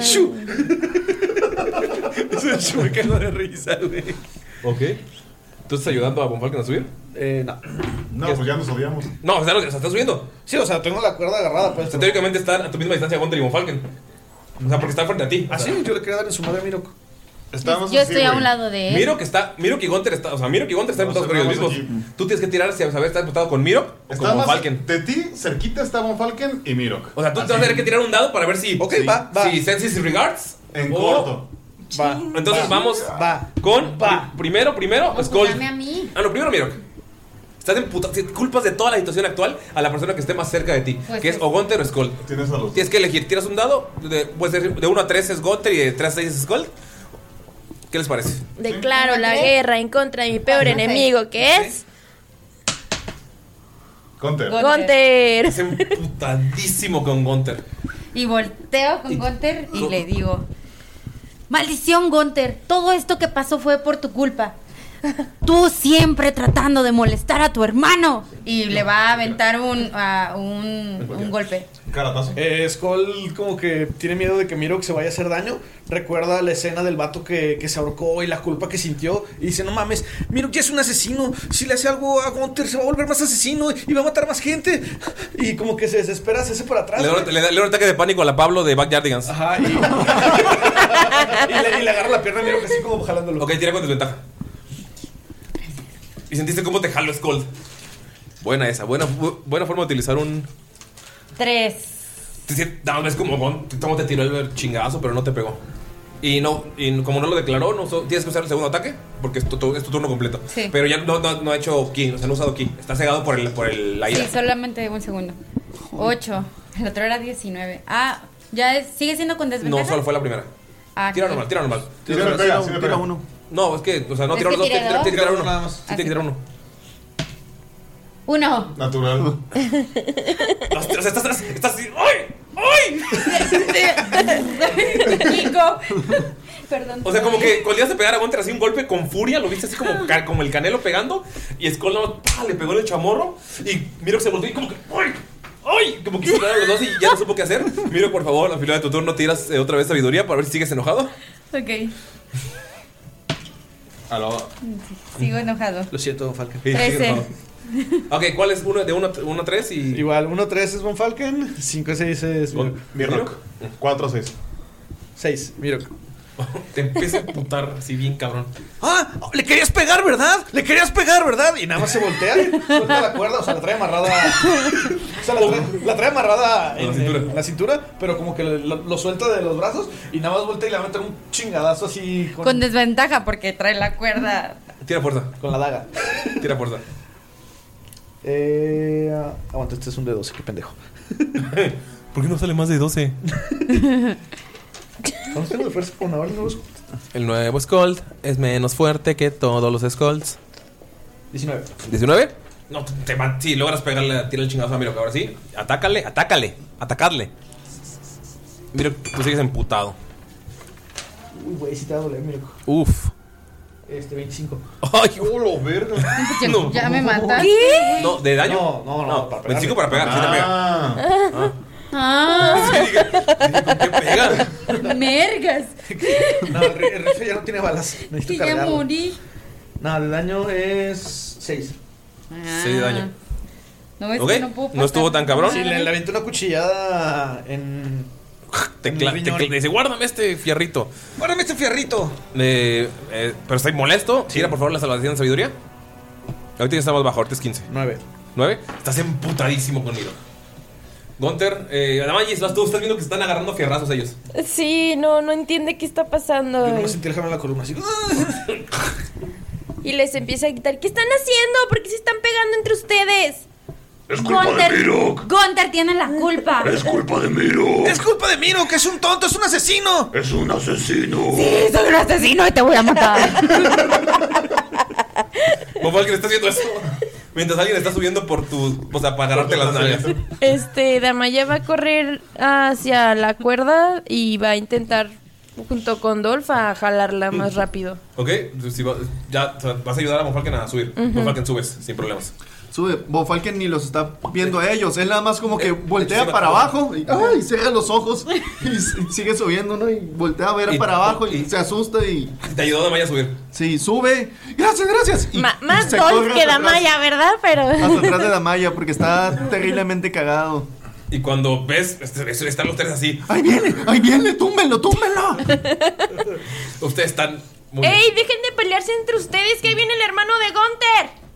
Shu. Es el (laughs) shurikeno de risa, güey. Ok. ¿Tú estás ayudando a Von Falken a subir? Eh, no. No, pues ya nos odiamos. No, o sea, lo que- o sea, estás subiendo. Sí, o sea, tengo la cuerda agarrada, pues. O sea, teóricamente están a tu misma distancia Gunter y Von Falken. O sea, porque están frente a ti. Ah, sí, yo le quería dar en su madre a Mirok. Estábamos Yo así, estoy a güey. un lado de él. Miro que está. Miro que Gunter está. O sea, Miro que Gunter está emputado con ellos mismos. Tú tienes que tirar si sabes está emputado con Miro o con Está Von más Falken. de ti, cerquita está Von Falken y Mirok. O sea, tú te vas a tener que tirar un dado para ver si. Ok, va, va. Si Senses Regards. En Oh, corto. Va. Entonces Va. vamos. Con. pri- primero, primero, Skull. Pues a mí. Ah, no, primero Mirok. Estás emputado. te Culpas de toda la situación actual a la persona que esté más cerca de ti. Pues que es sí. o Gunter o Skull. Tienes a los Tienes que elegir. Tiras un dado. De, puede ser de 1 a 3 es Gunter y de 3 a 6 es Skull. ¿Qué les parece? Declaro la guerra en contra de mi peor enemigo, que es Gunter. Gunter. Es emputadísimo con Gunter. Y volteo con Gunter y Go- le digo: Maldición, Gunter, todo esto que pasó fue por tu culpa. Tú siempre tratando de molestar a tu hermano. Y le va a aventar un, a un, un golpe. Caratazo. Eh, Skull como que tiene miedo de que Mirok se vaya a hacer daño. Recuerda la escena del vato que, que se ahorcó y la culpa que sintió. Y dice, no mames, Mirok ya es un asesino. Si le hace algo a Gunter se va a volver más asesino y va a matar más gente. Y como que se desespera, se hace para atrás. Le da, un- le da- le da un ataque de pánico a la Pablo de Backyardigans. Ah. Ajá, y, y (laughs) le, y le agarra la pierna a Mirok así como jalándolo. Ok, tira con desventaja. Y sentiste cómo te jaló Skull. Buena esa, buena, bu- buena forma de utilizar un. Tres. te sien- No, ves como Gon- cómo te tiró el chingazo, pero no te pegó. Y no, y como no lo declaró, no usó- tienes que usar el segundo ataque, porque es tu, tu- es tu turno completo. Sí. Pero ya no, no, no ha hecho ki, o sea, no ha usado ki. Está cegado por el, por el la ira. Sí, solamente un segundo. Ocho. El otro era 19. Ah, ya es- sigue siendo con desventaja. No, solo fue la primera. Ah, Tira ok. normal, tira normal. Sí, sí me pega, sí me pega. uno. No, es que, o sea, no Es tira que los dos, tiré tira, dos. Ah, tira, tira uno. Nada más. Sí, tiene que tirar uno. Uno. Natural. O sea, estás, estás, estás así, Nico. Perdón. O sea, como que cuando ibas a pegar a Gunter así un golpe con furia, lo viste así como, ca- como el canelo pegando, y Skull nada más, ¡pa! le pegó en el chamorro, y Miro se volteó y como que ¡ay! ¡ay! Como que se quedaron los dos y ya no supo qué hacer. Miro, por favor, al final de tu turno tiras eh, otra vez sabiduría para ver si sigues enojado. Ok, A Ah, lo... sigo enojado. Lo siento, Don Falken. Trece. Ok, ¿cuál es uno de 1 uno a 3 y...? Igual, 1-3 es Von Falken, 5-6 es Mirok. Mirok. 4-6. 6, Mirok. (laughs) Te empieza a putar así bien cabrón. ¡Ah! ¡Le querías pegar, verdad! ¡Le querías pegar, verdad! Y nada más se voltea y suelta la cuerda, o sea, la trae amarrada. O sea, la trae, la trae amarrada en, en la cintura. pero como que lo, lo suelta de los brazos y nada más voltea y le va a meter un chingadazo así con, Con desventaja porque trae la cuerda. Tira fuerza. con la daga. Tira fuerza. Eh, ah, aguanta, este es un de 12, qué pendejo. ¿Por qué no sale más de 12? ¿Cuántos tengo de fuerza con ahora no los- El nuevo Skull es menos fuerte que todos los Skulls. 19. ¿19? No, te- te man- si logras pegarle, tira el chingazo a Miro, ahora sí. Atácale, atácale, atacadle. Miro, tú sigues emputado. Uy, güey, si te va a doler, Mirok. Uf. Este, 25. ¡Ay, lo (laughs) verga! Ya, No. ya me mataste. ¿Qué? No, ¿de daño? No, no, no. para 25 para pegar, sí te pega. Ah, pega? mergas. (laughs) No, el re- el rifle ya no tiene balas. Necesito Que ya cargarlo. morí. No, de daño es 6. Ah. Sí, de daño. No, es Ok, que no puedo no estuvo pasar. tan cabrón. Sí, le, le aventé una cuchillada en. Te, cla- te cla- dice, guárdame este fierrito. ¡Guárdame este fierrito! Eh, eh, pero estoy molesto. Tira, por favor, la salvación de sabiduría. Ahorita ya está más bajo, ahorita es 15. 9. 9. Estás emputadísimo con Miro. Gunter, eh, Adamayis, vas tú, estás viendo que se están agarrando a fierrazos ellos. Sí, no, no entiende qué está pasando. Yo me sentí el jalón en la columna así. "Ah, Y les empieza a gritar, ¿qué están haciendo? ¿Por qué se están pegando entre ustedes? Es culpa de Mirok. Gunter tiene la culpa. Es culpa de Miro. Es culpa de Miro, que es un tonto, es un asesino. Es un asesino. Sí, soy un asesino y te voy a matar. (laughs) Monfalken, estás viendo eso. Mientras alguien está subiendo por tu. O sea, para agarrarte las nalgas. Este, Damaya va a correr hacia la cuerda y va a intentar, junto con Dolph, a jalarla más rápido. Ok, si va- ya o sea, vas a ayudar a Monfalken a subir. Ujú. Monfalken subes, sin problemas. Sube, Von Falken ni los está viendo a ellos. Él nada más como Eh, que voltea sí, para sí. abajo y, ay, cierra los ojos y, s- y sigue subiendo, ¿no? Y voltea a ver Y- para abajo y, se asusta y. Te ayudó Damaya a subir. Sí, sube. Gracias, gracias. Y Ma- más se Dolph corre que hasta Damaya, ¿verdad? Hasta Pero. atrás de Damaya porque está terriblemente cagado. Y cuando ves, es- es- están los tres así. ¡Ahí viene! ¡Ahí viene! ¡Túmbenlo, túmbenlo! Ustedes están. Muy ¡Ey, dejen de pelearse entre ustedes! ¡Que ahí viene el hermano de Gunter!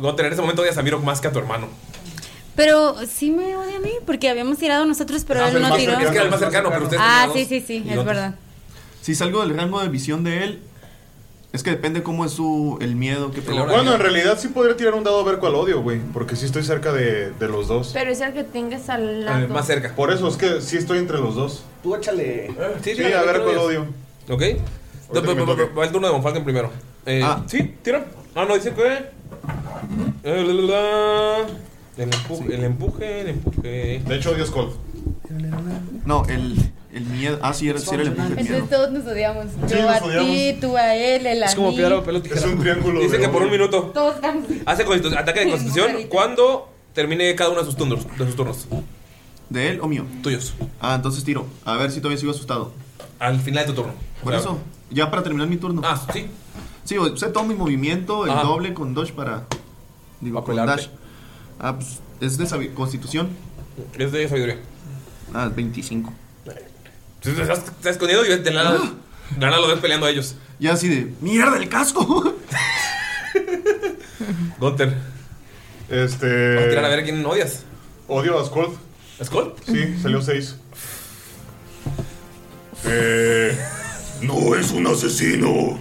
Gunter, en ese momento odias a Miro más que a tu hermano. Pero sí me odia a mí porque habíamos tirado nosotros, pero Ah, él pero no más tiró. cercano, es que era el más cercano, pero ustedes Ah, sí, tenían sí, dos sí, y es otros. verdad. Si salgo del rango de visión de él, es que depende cómo es su, el miedo que provoca. Bueno, en realidad sí podría tirar un dado a ver cuál odio, güey. Porque sí estoy cerca de, de los dos. Pero es el que tengas al lado. cerca. Por eso es que sí estoy entre los dos. Tú échale. Sí, a ver cuál odio. Ok. No, que me va- va- va- va el turno de Monfalken primero. Eh, Sí, tira. Ah, no, dice que. Eh, la, la, la. El, empuje, el empuje, el empuje. De hecho, odio Skull. No, el, el miedo. Ah, sí, era, sí era el empuje del miedo. Entonces todos nos odiamos. Sí, Yo nos a odiamos. ti, tú a él, él a mí. Es un triángulo. Dice que por un minuto Todos estamos. hace constitu- ataque de constitución cuando termine cada uno de sus turnos. De, sus turnos. ¿De él o mío? Tuyos. Ah, entonces tiro. A ver si todavía sigo asustado. Al final de tu turno. Por Claro. eso, ya para terminar mi turno. Ah, sí. Sí, usé todo mi movimiento, el Ajá. doble con dodge para. Digo, con pelarte. dash. Ah, pues, es de sabi- constitución. Es de sabiduría. Ah, 25. Te te estás, te estás escondiendo y de la nada, de la nada lo ves peleando a ellos. Ya así de. ¡Mierda, el casco! (laughs) Gunter. Este. Vamos a tirar a ver a quién odias. Odio a Skull. ¿Skull? Sí, salió 6. Eh, No es un asesino.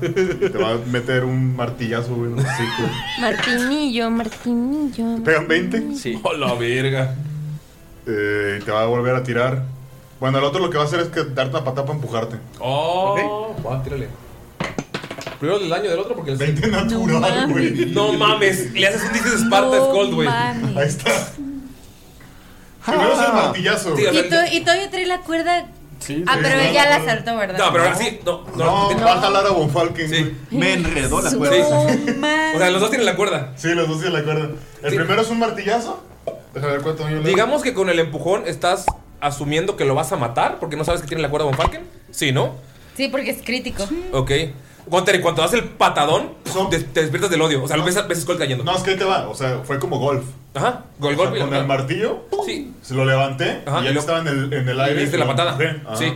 te va a meter un martillazo, güey. No sé Martinillo, Martinillo. ¿Pegan 20? Sí. Hola, Oh, verga. Eh, te va a volver a tirar. Bueno, el otro lo que va a hacer es que darte una patada para empujarte. (laughs) Oh, va, tírale. Primero el daño del otro porque el 20 natural, güey. No mames, le haces un dice de Sparta Scold, güey. Ahí está. Primero es el martillazo. Sí, a Y, ver, to- y todavía trae la cuerda. ah, pero él ya la saltó, ¿verdad? No, pero ahora sí, no, no. no. va a jalar a Bonfalken. Me enredó la cuerda. O sea, los dos tienen la cuerda. Sí, los dos tienen la cuerda. El primero es un martillazo. Déjame ver cuánto daño le hago. Digamos que con el empujón estás asumiendo que lo vas a matar porque no sabes que tiene la cuerda Von Falken. Sí, ¿no? Sí, porque es crítico. Ok. Gunter, en cuanto das el patadón, te, te despiertas del odio. O sea, lo ves, ves Skull cayendo. No, es que ahí te va. O sea, fue como golf. Ajá, gol, O sea, golf y la Con el patada. martillo, sí. se lo levanté Ajá, y ya y que lo- estaba en el, en el Le aire. Ah, diste y la lo patada. empujé. Ajá. Sí.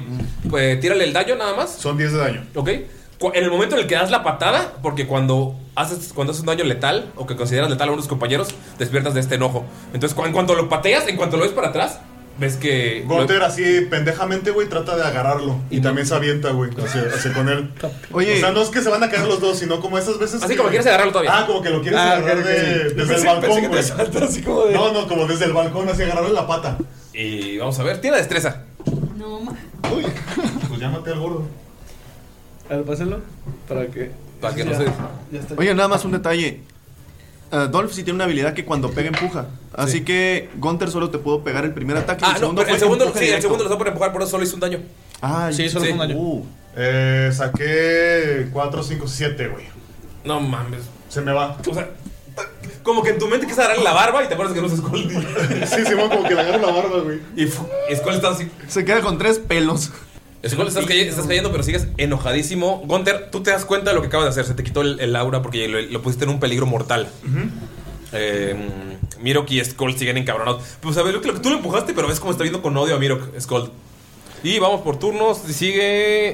Pues tírale el daño nada más. Son 10 de daño. Ok. Cu- En el momento en el que das la patada, porque cuando haces, cuando haces un daño letal o que consideras letal a unos compañeros, despiertas de este enojo. Entonces, cu- en cuanto lo pateas, en cuanto lo ves para atrás, ves que. Gunter lo- así pendejamente, güey, trata de agarrarlo. Y, también se avienta, güey, hacia, hacia con él. Oye. O sea, no es que se van a caer los dos, sino como esas veces. Así que- como quieres agarrarlo todavía. Ah, como que lo quieres Ah, agarrar ok, ok. Yo de- desde pensé- el pensé balcón, que te güey. saltas así como de- No, no, como desde el balcón, así agarrarle la pata. Y vamos a ver, tiene destreza. No, ma- Pues llámate al gordo. A ver, pásalo. Para que. Para que no Ya- se- Ya está. Oye, nada más un detalle. Ah, Dolph sí tiene una habilidad que cuando pega empuja. Así que Gunter solo te puedo pegar el primer ataque. y Ah, no, pero el fue segundo, empuje sí, el directo. segundo lo está por empujar, por eso solo hizo un daño. Ah, Sí, solo fue un daño. Eh, saqué 4, 5, 7, güey. No mames. Se me va. O sea, como que en tu mente quieres agarrarle la barba y te acuerdas que no es Skull. (laughs) sí, se me va como que le agarro la barba, güey. Y fu- Skull está así. Se queda con tres pelos. Skull, estás, calle- estás cayendo, pero sigues enojadísimo. Gunter, tú te das cuenta de lo que acabas de hacer. Se te quitó el, el aura porque lo, lo pusiste en un peligro mortal. Eh, Mirok y Skull siguen encabronados. Pues a ver, lo que, lo que tú lo empujaste, pero ves cómo está viendo con odio a Mirok, Skull. Y vamos por turnos. Sigue.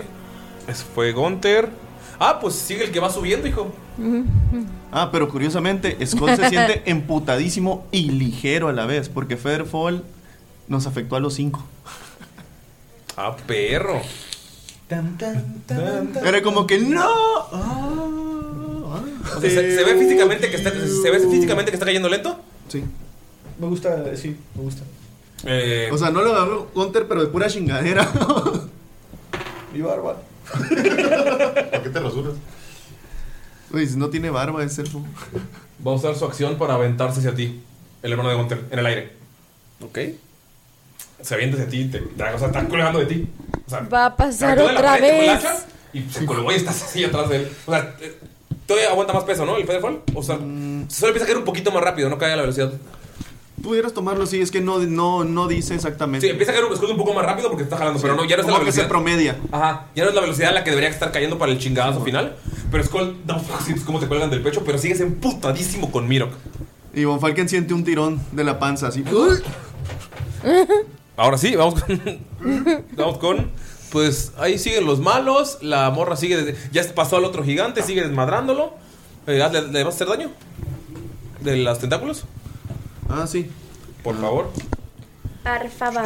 es- Fue Gunter. Ah, pues sigue el que va subiendo, hijo. Ah, pero curiosamente, Skull se (laughs) siente emputadísimo y ligero a la vez, porque Featherfall nos afectó a los cinco. Ah, perro. Era como que no. Ah, O sea, ¿se, se ve físicamente que está, ¿Se ve físicamente que está cayendo lento? Sí. Me gusta, eh, sí, me gusta. Eh, O sea, no lo agarró Counter, pero de pura chingadera. (laughs) Mi barba. ¿Por qué te rasuras? Uy, no tiene barba ese elfo. Va a usar su acción para aventarse hacia ti, el hermano de Gunter, en el aire. Ok. Se avienta hacia ti, te, te- o sea, está colgando de ti. O sea, Va a pasar Sacó de la otra pared, te vez. colgachas Y se colgó y estás así atrás de él. O sea, eh, todavía aguanta más peso, ¿no? El Featherfall. O sea, Mm. solo empieza a caer un poquito más rápido, no cae a la velocidad. Pudieras tomarlo así, es que no, no, no dice exactamente. Sí, empieza a caer un escudo un poco más rápido porque te está jalando, pero no, ya no está Como la que velocidad. se promedia. Ajá, ya no es la velocidad a la que debería estar cayendo para el chingadazo final. Pero Skull, no (laughs) fuck, sientes cómo te cuelgan del pecho, pero sigues emputadísimo con Mirok. Y Von Falken siente un tirón de la panza así. Ahora sí, vamos con. (laughs) vamos con. Pues ahí siguen los malos. La morra sigue. des- Ya pasó al otro gigante, sigue desmadrándolo. Eh, hazle- ¿Le vas a hacer daño? ¿De las tentáculos? Ah, sí. Por favor. Por favor.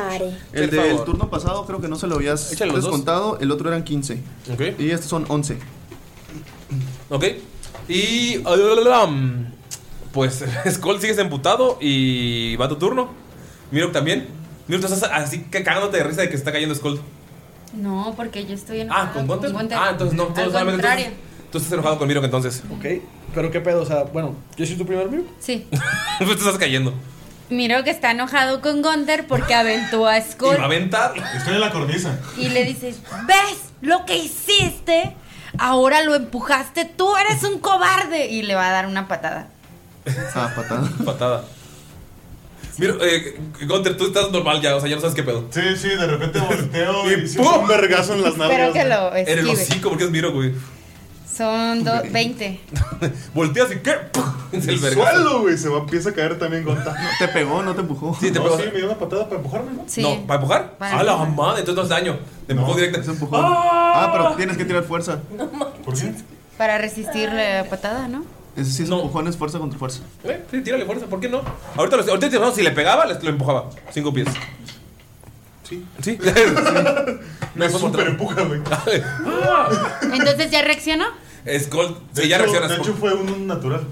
El Por del favor. turno pasado creo que no se lo habías Échale los dos. descontado, el otro eran 15. Ok. Y estos son 11. Ok. Y. alam. Pues (laughs) Skull sigues emputado y va tu turno. Mirok también. Mirok, tú estás así que cagándote de risa de que está cayendo Skull. No, porque yo estoy en. Ah, ¿con Gunter? Ah, entonces no, Al todos solamente contrario. Tú estás enojado con Mirok entonces. (laughs) Ok. Pero qué pedo, o sea, bueno, ¿yo soy tu primer mío? Sí. Tú te estás cayendo. Miro que está enojado con Gunter porque aventó a Skull. a aventar. Estoy en la cornisa. Y le dices, ¿ves lo que hiciste? Ahora lo empujaste, tú eres un cobarde. Y le va a dar una patada. Ah, patada. (laughs) Patada. Mira, eh, Gunter, tú estás normal ya, o sea, ya no sabes qué pedo. Sí, sí, de (laughs) repente volteo y siento un vergazo en las Espero que lo En el esquive. hocico, porque es Miro, güey. Son do- 20. (laughs) Volteas y ¿qué? Es el vergazo. Suelo, güey. Se va, empieza a caer también Gonta. (laughs) te pegó, no te empujó. Sí, te No, pegó. sí, me dio una patada para empujarme, ¿no? No, ¿para empujar? Para a la empujar. madre, entonces no es daño. Te empujó directo. Ah, pero tienes que tirar fuerza. ¿Por qué? Para resistir la patada, ¿no? Ese sí es empujón, es fuerza contra fuerza. Eh, sí, tírale fuerza, ¿por qué no? Ahorita, lo, ahorita te- no, si le pegaba, le- lo empujaba. Cinco pies. Sí. Sí. (laughs) (laughs) Me super empuja, güey. (laughs) Entonces Pues ya reaccionó. Skull, sí, ya hecho- reaccionas. de hecho, fue un natural.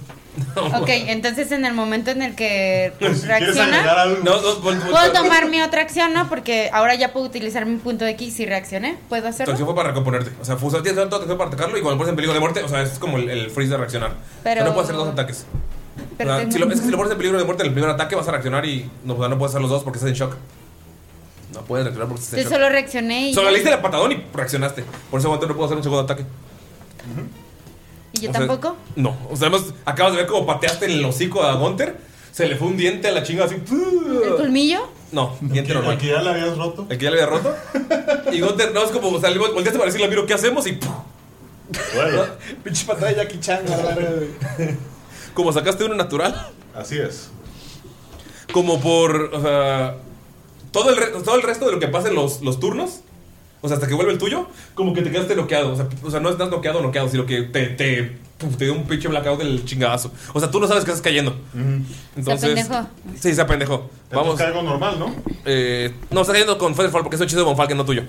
Ok, entonces en el momento en el que ¿Quieres reacciona, agregar algo? No, no, vol- vol- puedo tomar mi otra acción, ¿no? Porque ahora ya puedo utilizar mi punto X si reaccioné. ¿Puedo Tu acción hacerlo? fue para recomponerte. O sea, fue usar- tienes toda tu acción para atacarlo y cuando lo pones en peligro de muerte, o sea, es como el, el freeze de reaccionar. Pero- O sea, no puedes hacer dos ataques. Pero O sea, tengo- si lo, es que si lo pones en peligro de muerte en el primer ataque vas a reaccionar y no, o sea, no puedes hacer los dos porque estás en shock. No puedes reaccionar porque estás en Entonces shock. solo reaccioné y, Solo le diste el patadón y reaccionaste. Por eso Gunter no puedo hacer un segundo ataque. y yo o sea- tampoco. No. O sea, además acabas de ver cómo pateaste en el hocico a Gunter. Se le fue un diente a la chinga así. ¿El colmillo? No, diente normal. ¿El que ya la habías roto? El que ya le había roto. Y Gunter, no, es como, o sea, le volteaste para decirle, miro, ¿qué hacemos? Y ¡pum! (laughs) Pinche patada de Jackie Chan, la verga, güey. Como sacaste uno natural. Así es. Como por. O sea. Todo el, re- todo el resto de lo que pasa en los, los turnos. O sea, hasta que vuelve el tuyo. Como que te quedaste noqueado. O sea, o sea, no estás noqueado o noqueado, sino que te. te puf, te dio un pinche blackout del chingadazo. O sea, tú no sabes que estás cayendo. Entonces. apendejó. Sí, se apendejó. Vamos. cargo normal, ¿no? Eh, no, está cayendo con Featherfall porque es un hechizo de Bonfalken, no tuyo.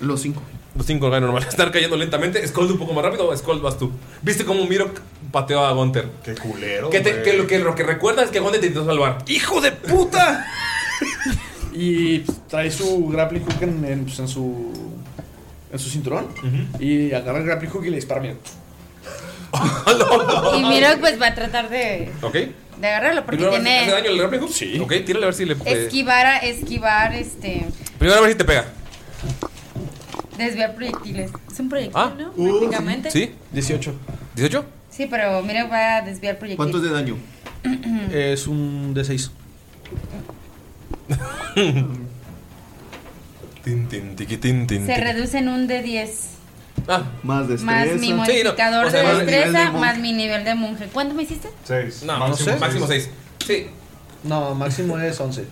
Los cinco. Los cinco caen normal. (laughs) Están cayendo lentamente. Scold un poco más rápido. Scold vas tú. ¿Viste cómo Miro pateó a Gunter? Qué culero. Que, te- güey. que lo, que lo que recuerda es que Gunter te intentó salvar. (laughs) ¡Hijo de puta! Y pues, trae su grappling hook en, en, pues, en su. en su cinturón. Y agarra el grappling hook y le dispara mira. Y Miro pues va a tratar de, Ok. de agarrarlo porque Primero, tiene ¿Hace daño el grappling hook? Sí. Ok, tírale a ver si le. eh, esquivar a esquivar este primero a ver si te pega. desviar proyectiles. Es un proyectil, Ah. ¿no? Prácticamente. ¿Sí? 18. ¿18? Sí, pero Miro va a desviar proyectiles. daño? Es un D6. Tin, tin, tiqui, tin, tin, Se tiqui. reduce en un de 10. Ah, más Más mi modificador Sí, no, de o sea, más Ah, el nivel destreza, de monje. más mi nivel de monje. ¿Cuánto me hiciste? 6. No, Máximo máximo, seis. máximo 6. Sí. No, máximo es 11.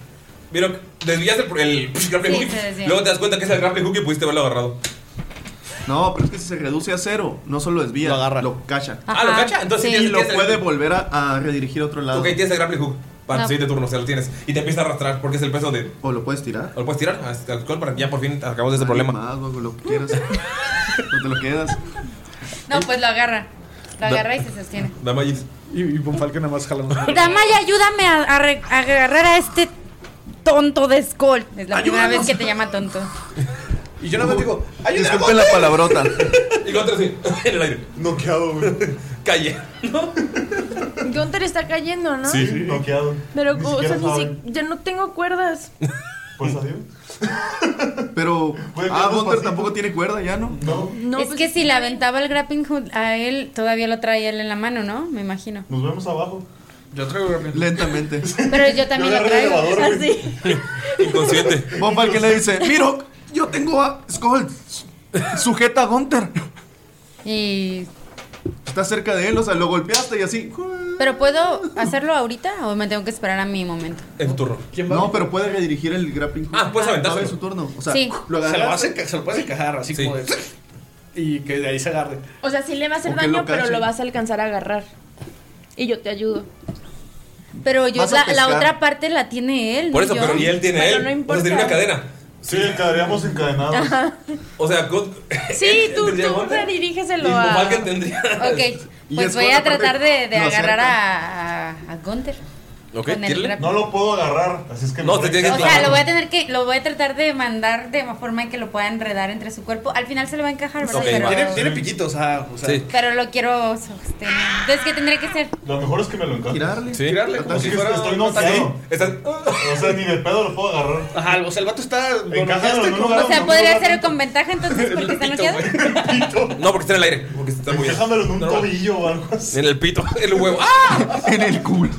Vieron, desviaste el, el grappling Sí, hook. (laughs) se desvía. Luego te das cuenta que es el grappling hook y pudiste haberlo agarrado. No, pero es que si se reduce a cero, no solo desvía, lo agarra. Lo cacha. Ah, ¿lo Ajá. cacha? Entonces Sí. tienes- lo tienes el- puede volver a, a redirigir a otro lado. Ok, tienes el grappling hook para No. el siguiente turno, o sea, lo tienes. Y te empieza a arrastrar porque es el peso de. O lo puedes tirar. O lo puedes tirar hasta el alcohol para que ya por fin acabamos de ese problema. lo que quieras. no te lo quedas. No, pues lo agarra. Lo Da- agarra y se sostiene. Damayis. Y, y Bonfalken nada más jalando. Damaya, ayúdame a, a re- a agarrar a este tonto de Skull. Es la primera vez que te llama tonto. Y yo nada más digo, ayúdame. Disculpen la palabrota. Y contra sí, en el aire. Noqueado, güey. Calle. (laughs) Gunter está cayendo, ¿no? noqueado. Pero, Ni o sea, siquiera ni saben. si- ya no tengo cuerdas. Pues así. Pero. Ah, quedar Bonter tampoco tiene cuerda ya, ¿no? No. es pues, que si le aventaba el grappling hook a él, todavía lo traía él en la mano, ¿no? Me imagino. Nos vemos abajo. Yo traigo (laughs) Lentamente. Pero yo también lo traigo. Así. Inconsciente. Bonfalken le dice: Miro, yo tengo a Skull. Sujeta a Gunter. Y... Está cerca de él, o sea, lo golpeaste y así. ¿Pero puedo hacerlo ahorita o me tengo que esperar a mi momento? En tu turno. No, pero puede redirigir el grappling. hook. Ah, puedes aventárselo. Todavía es su turno. O sea, Sí. lo Se lo, agarras. hace, se lo puedes encajar así como de. Y que de ahí se agarre. O sea, sí le va a hacer O que daño, lo pero cache. lo vas a alcanzar a agarrar. Y yo te ayudo. Pero yo Vas a la, la pescar. otra parte la tiene él. Por no eso, yo. pero y él tiene Pero él. no o sea, tiene una importa. cadena. Sí, quedaríamos encadenados. Ajá. O sea, Gun- Sí, tú, ¿Tendría tú Gunter? redirígeselo Y a. Bonfalken tendría. Ok, Y pues es voy cuando a tratar aparte de, de lo agarrar acerca. a, a Gunther. (laughs) Ok, Con el tírale. grapple. No lo puedo agarrar, así es que no. te tienes O que sea, lo voy a tener que, lo voy a tratar de mandar de forma en que lo pueda enredar entre su cuerpo. Al final se lo va a encajar, ¿verdad? pero, tiene, tiene piquitos, ah, o sea. pero lo quiero sostener. Entonces, ¿qué tendría que ser? Lo mejor es que me lo encajes. Tirarle. Sí. Tirarle. como si fuera estoy un noqueado. ataque. (laughs) O sea, ni de pedo lo puedo agarrar. Ajá, o sea, el vato está. Encájalo este en un lugar O sea, donde podría ser con ventaja entonces porque está noqueado. No, porque está en el aire. Porque está muy en un tobillo o algo así. En el pito, (laughs) en el huevo. ¡Ah! En el culo.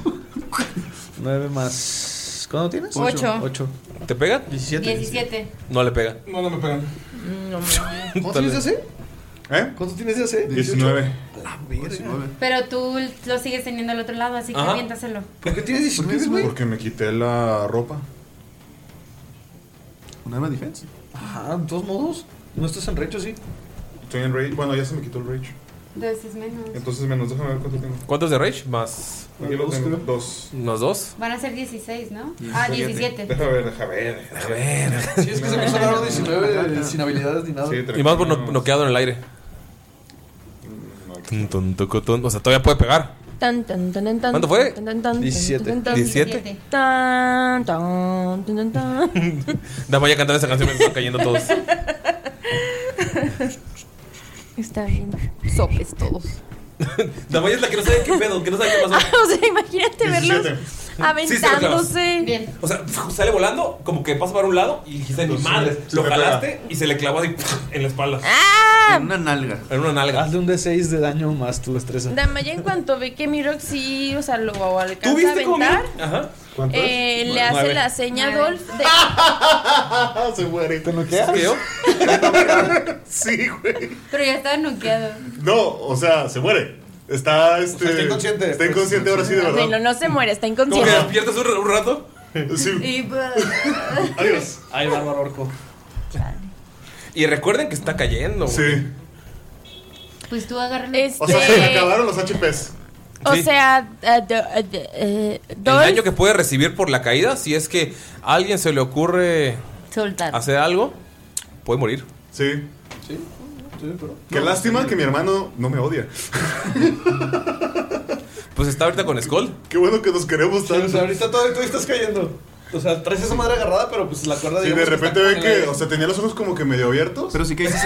9 más. ¿Cuánto tienes? Ocho. Ocho. 8. ¿Te pega? 17. No le pega. No, no me pegan. ¿Cuánto ¿Cuánto tienes de AC? ¿Eh? ¿Cuánto tienes de AC? 19. La verga. Pero tú lo sigues teniendo al otro lado, así que Ajá. aviéntaselo. ¿Por qué tienes 19, güey? Porque me quité la ropa. ¿Un arma defense? Ajá, de todos modos. No estás en recho, sí. Estoy en rage. Bueno, ya se me quitó el rage. Entonces menos. Entonces menos, déjame ver cuánto tengo. ¿Cuánto es de Rage? Más. Yo lo tengo dos. ¿Unos dos? Van a ser 16, ¿no? Ah, 17. Déjame ver, déjame ver. Déjame ver. Sí, es que se me hizo raro 19 sin habilidades ni nada. Y más por no- noqueado en el aire. Tun, tun, tucu, tun. O sea, todavía puede pegar. Tan, tan, tan, tan, tan, ¿Cuánto fue? tan, tan, tan, 17. tan, tan, tan, 17. Tan, tan, tan, tan, tan. Dama ya cantando esa canción, me están cayendo todos. (laughs) Está bien. (laughs) Sopes todos. Damaya es la que no sabe qué pedo, que no sabe qué pasó. o sea, imagínate verlos 17. aventándose. Bien. O sea, (laughs) sale volando, como que pasa para un lado y dijiste, ni madre. Lo jalaste y se le clavó así (laughs) en la espalda. Ah. En una nalga. En una nalga. Hazle un D6 de daño más tu destreza. Damaya en cuanto ve que Mirox sí, o sea, lo ¿Tú alcanza a viste cómo aventar, Mirox- Ajá. eh, le hace la seña a Dolph de... Ah, Ah, Se muere. ¿Te noqueas? sí, güey. Pero ya estaba noqueado. No, o sea, se muere. Está, este, está inconsciente. Está inconsciente ahora sí, de verdad. Bueno, no se muere, está Como que inconsciente. despiertas un, un rato. Y, pues. Adiós. Ay, bárbaro orco. Y recuerden que está cayendo. Sí. Pues tú agarras. O sea, se le acabaron los HPs. Este, O Sí. sea, eh, do- eh, eh, El Dolph daño que puede recibir por la caída, si es que a alguien se le ocurre soltar. hacer algo, puede morir. Sí. Sí, pero. Qué lástima que mi hermano no me odia. Pues está ahorita con Skull. Qué bueno que nos queremos O sea, ahorita todavía tú estás cayendo. O sea, traes esa madre agarrada, pero pues la cuerda Y de digamos que repente está en ven el que, aire. o sea, tenía los ojos como que medio abiertos. Pero sí que dices.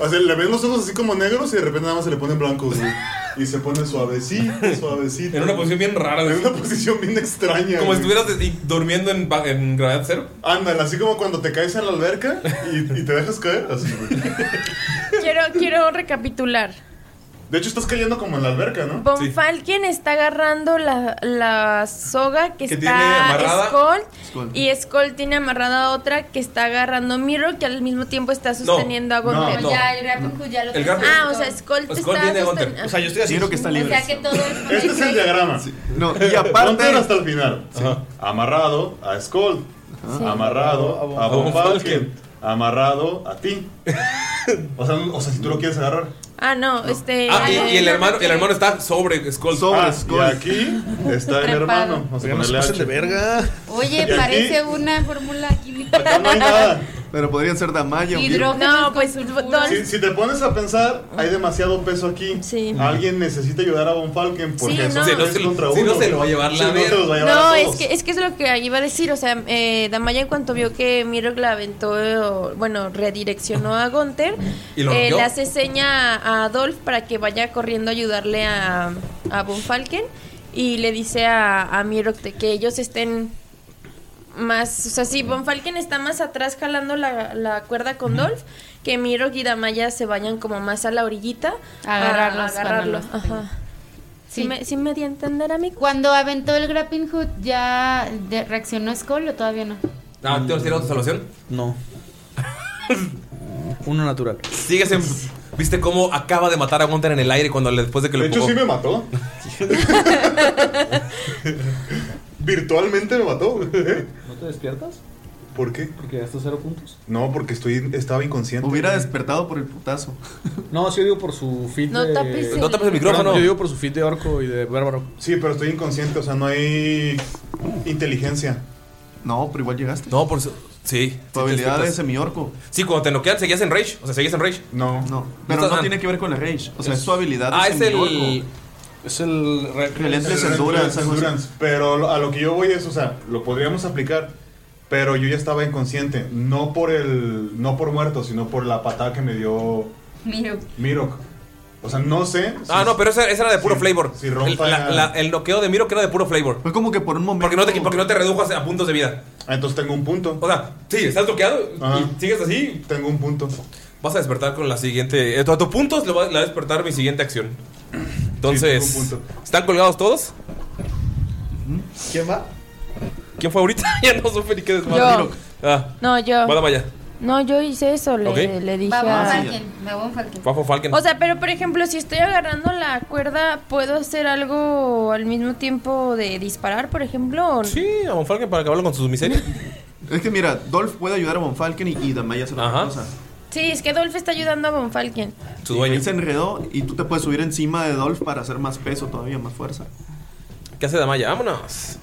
O sea, le ven los ojos así como negros y de repente nada más se le ponen blancos, güey. Y se pone suavecito, suavecito. En una posición bien rara. En una posición bien extraña. Como güey. si estuvieras de- y- durmiendo en, ba- en gravedad cero. Ándale, así como cuando te caes en la alberca y, y te dejas caer. así, güey. quiero, quiero recapitular. De hecho, estás cayendo como en la alberca, ¿no? Von Falken está agarrando la, la soga que, Que tiene está amarrada. Skull, Skull. y Skull tiene amarrada otra que está agarrando Miro que al mismo tiempo está sosteniendo a no, Gunther. no, Ya, el grappling hook ya lo El grappling- Ah, o sea, Skull Pues te está sosteniendo. Miro que está O libre. sea que todo el Este es el diagrama. No, y aparte- Ponte hasta el final. Amarrado a Skull. Sí. Amarrado a A Von Von Falken. amarrado a ti. O sea, o sea, si tú lo quieres agarrar. Ah, no, este. Ah, y, eh, y el, hermano, el hermano está sobre Skull. Ah, Y aquí está el Trepado. hermano. O sea, Oigan, no se ponerle pasen de H. verga. Oye, Y aquí- parece una fórmula química. Pero podrían ser Damaya. Hidrógeno. No, pues Si, si te pones a pensar, hay demasiado peso aquí. Alguien necesita ayudar a Von Falken porque Sí, eso no. Si no es se lo- contra si uno. no se lo va a llevar la Si no se verga. los va a llevar No, a es todos. que, es que es lo que iba a decir. O sea, eh, Damaya, en cuanto vio que Mirok la aventó, eh, o, bueno, redireccionó a Gunther, ¿Y lo eh, rompió? le hace seña a Adolf para que vaya corriendo a ayudarle a, a Von Falken y le dice a, a Mirok de que ellos estén más. O sea, si Von Falken está más atrás jalando la, la cuerda con Dolph, que Mirok y Damaya se vayan como más a la orillita A agarrarlos, a agarrarlo. cuando los Ajá. Sí. me, sí me di a entender a mí. Cuando aventó el grappling hook, ¿ya de- reaccionó Skull o todavía no? Ah, ¿te vas a tirar otra salvación? No. Uno natural. Sigues en. ¿Viste cómo acaba de matar a Gunther en el aire cuando le- después de que De le hecho, pegó? sí (laughs) me mató. Virtualmente me mató. ¿No te despiertas? ¿Por qué? Porque gastas cero puntos. No, porque estoy, estaba inconsciente. Hubiera despertado por el putazo. No, sí, yo digo por su feed No de... tapes el- No tapes el micrófono. Perdón, Yo digo por su feed de orco y de bárbaro. Sí, pero estoy inconsciente, o sea, no hay inteligencia. No, pero igual llegaste. No, por su. Sí. Tu habilidad es semi-orco. Sí, cuando te noquean, seguías en Rage. O sea, seguías en Rage. No, no. Pero no tiene que ver con la Rage. O sea, es su habilidad. Ah, es el. semi-orco. Es el. Relentless Endurance, algo así. Endurance. Pero lo- a lo que yo voy es, o sea, lo podríamos aplicar, pero yo ya estaba inconsciente. No por el. No por muerto, sino por la patada que me dio Miro. Mirok. O sea, no sé. Ah, no, pero esa, esa era de puro flavor. el, rompa la- ya. la- el noqueo de Miro que era de puro flavor. Fue como que por un momento. Porque no te, porque no te redujo a, a puntos de vida. ah, Entonces tengo un punto. O sea, sí, estás bloqueado Ajá. y sigues así. Tengo un punto. Vas a despertar con la siguiente. eh, A tus puntos le va, le va a despertar mi siguiente acción. Entonces, Sí, tengo un ¿están colgados todos? ¿Quién va? ¿Quién fue ahorita? (laughs) ya no supe ni qué Yo. desmadre. Ah, No, yo. va Damaya. No, yo hice eso, le, Ok. le dije Va Ah, a... Von Falken, va Von Falken. Fafo Falken. O sea, pero por ejemplo, si estoy agarrando la cuerda, ¿puedo hacer algo al mismo tiempo de disparar, por ejemplo? o- Sí, a Von Falken para acabarlo con sus miserias. Es que mira, Dolph puede ayudar a Von Falken y, y Damaya hacer otra cosa. Sí, es que Dolph está ayudando a Von Falken. Su Él se enredó y tú te puedes subir encima de Dolph para hacer más peso todavía, más fuerza. ¿Qué hace Damaya? Vámonos.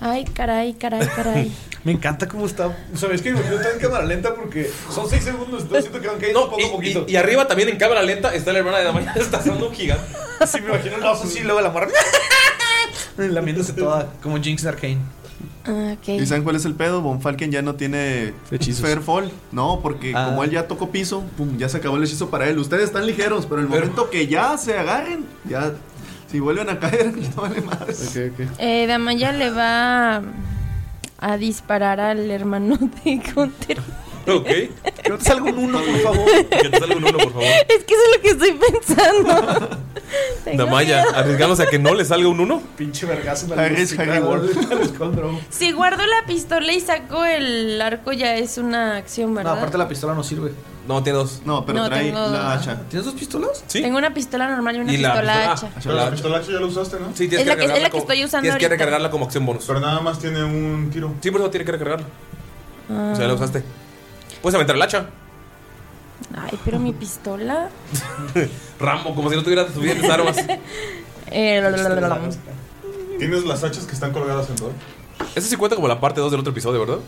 Ay, caray, caray, caray. Me encanta cómo está. ¿Sabes que Me quedo en cámara lenta porque son 6 segundos. No siento que van cayendo poco a poquito. Y arriba también en cámara lenta está la hermana de Damaya. (laughs) Está haciendo un gigante. Sí, me imagino el oso así y luego la morra. (laughs) Lamiéndose toda como Jinx de Arcane. Ah, ¿Y ok. saben cuál es el pedo? Von Falken ya no tiene Hechizos. Fairfall. No, porque Ah. como él ya tocó piso, pum, ya se acabó el hechizo para él. Ustedes están ligeros, pero el momento que ya se agarren, ya. Si vuelven a caer, (laughs) no vale más. Eh, Damaya le va a- a disparar al hermano de Gunter. Ok. Que no te salga un uno, por (laughs) favor. Que te salga un uno, por favor. (laughs) Es que eso es lo que estoy pensando. Tengo Damaya, miedo. arriesgándose a que no le salga un uno. Pinche vergazo. la Harry- música, Harry Wolf. (laughs) Si guardo la pistola y saco el arco, ya es una acción, No, ¿verdad? aparte la pistola no sirve. No, tiene dos. No, pero No, trae tengo- la hacha. ¿Tienes dos pistolas? Sí. Tengo una pistola normal y una pistola, hacha. Ah, Pero la pistola hacha ya la usaste, ¿no? Sí, Es la que- es la que estoy usando Tienes que ahorita. recargarla como acción bonus. Pero nada más tiene un tiro. Sí, por eso tiene que recargarla. Ah. O sea, la usaste. Puedes aventar el hacha. Ay, pero mi pistola. Rambo, como si no tuviera suficientes (laughs) armas. Eh, la, la, la, la, la. Tienes las hachas que están colgadas en Dolph. Eso sí cuenta como la parte 2 del otro episodio, ¿verdad?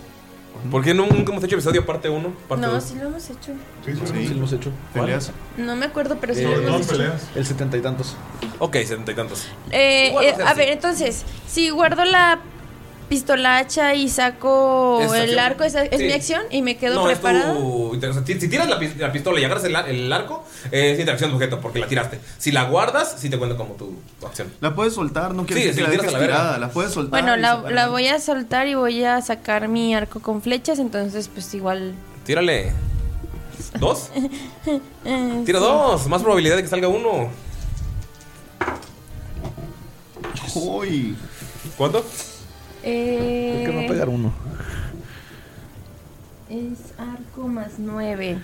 ¿Por qué no- nunca hemos hecho episodio parte 1? Parte No, 2. sí lo hemos hecho. Sí, lo hemos hecho. ¿Cuál? Peleas. No me acuerdo, pero sí Eh, lo hemos hecho. El setenta y tantos. Ok, setenta y tantos. Eh, Igual, eh, o sea, a sí. ver, entonces, si guardo la pistola hacha y saco Es el acción. arco, ¿es, es Sí. mi acción? ¿Y me quedo no, es preparada? tu inter- o sea, ti- si tiras la, pis- la pistola y agarras el, ar- el arco, eh, es interacción de objeto porque la tiraste. Si la guardas, sí te cuenta como tu, tu acción. La puedes soltar, no quieres Sí, que sí, te la tiras dejes a la verga. tirada. La puedes soltar. Bueno, y la, separar. la voy a soltar y voy a sacar mi arco con flechas, entonces pues igual... Tírale. (laughs) ¿Dos? Eh, Tira sí. dos. Más probabilidad de que salga uno. Uy. ¿Cuánto? Eh, Creo que va a pegar uno. Es arco más nueve.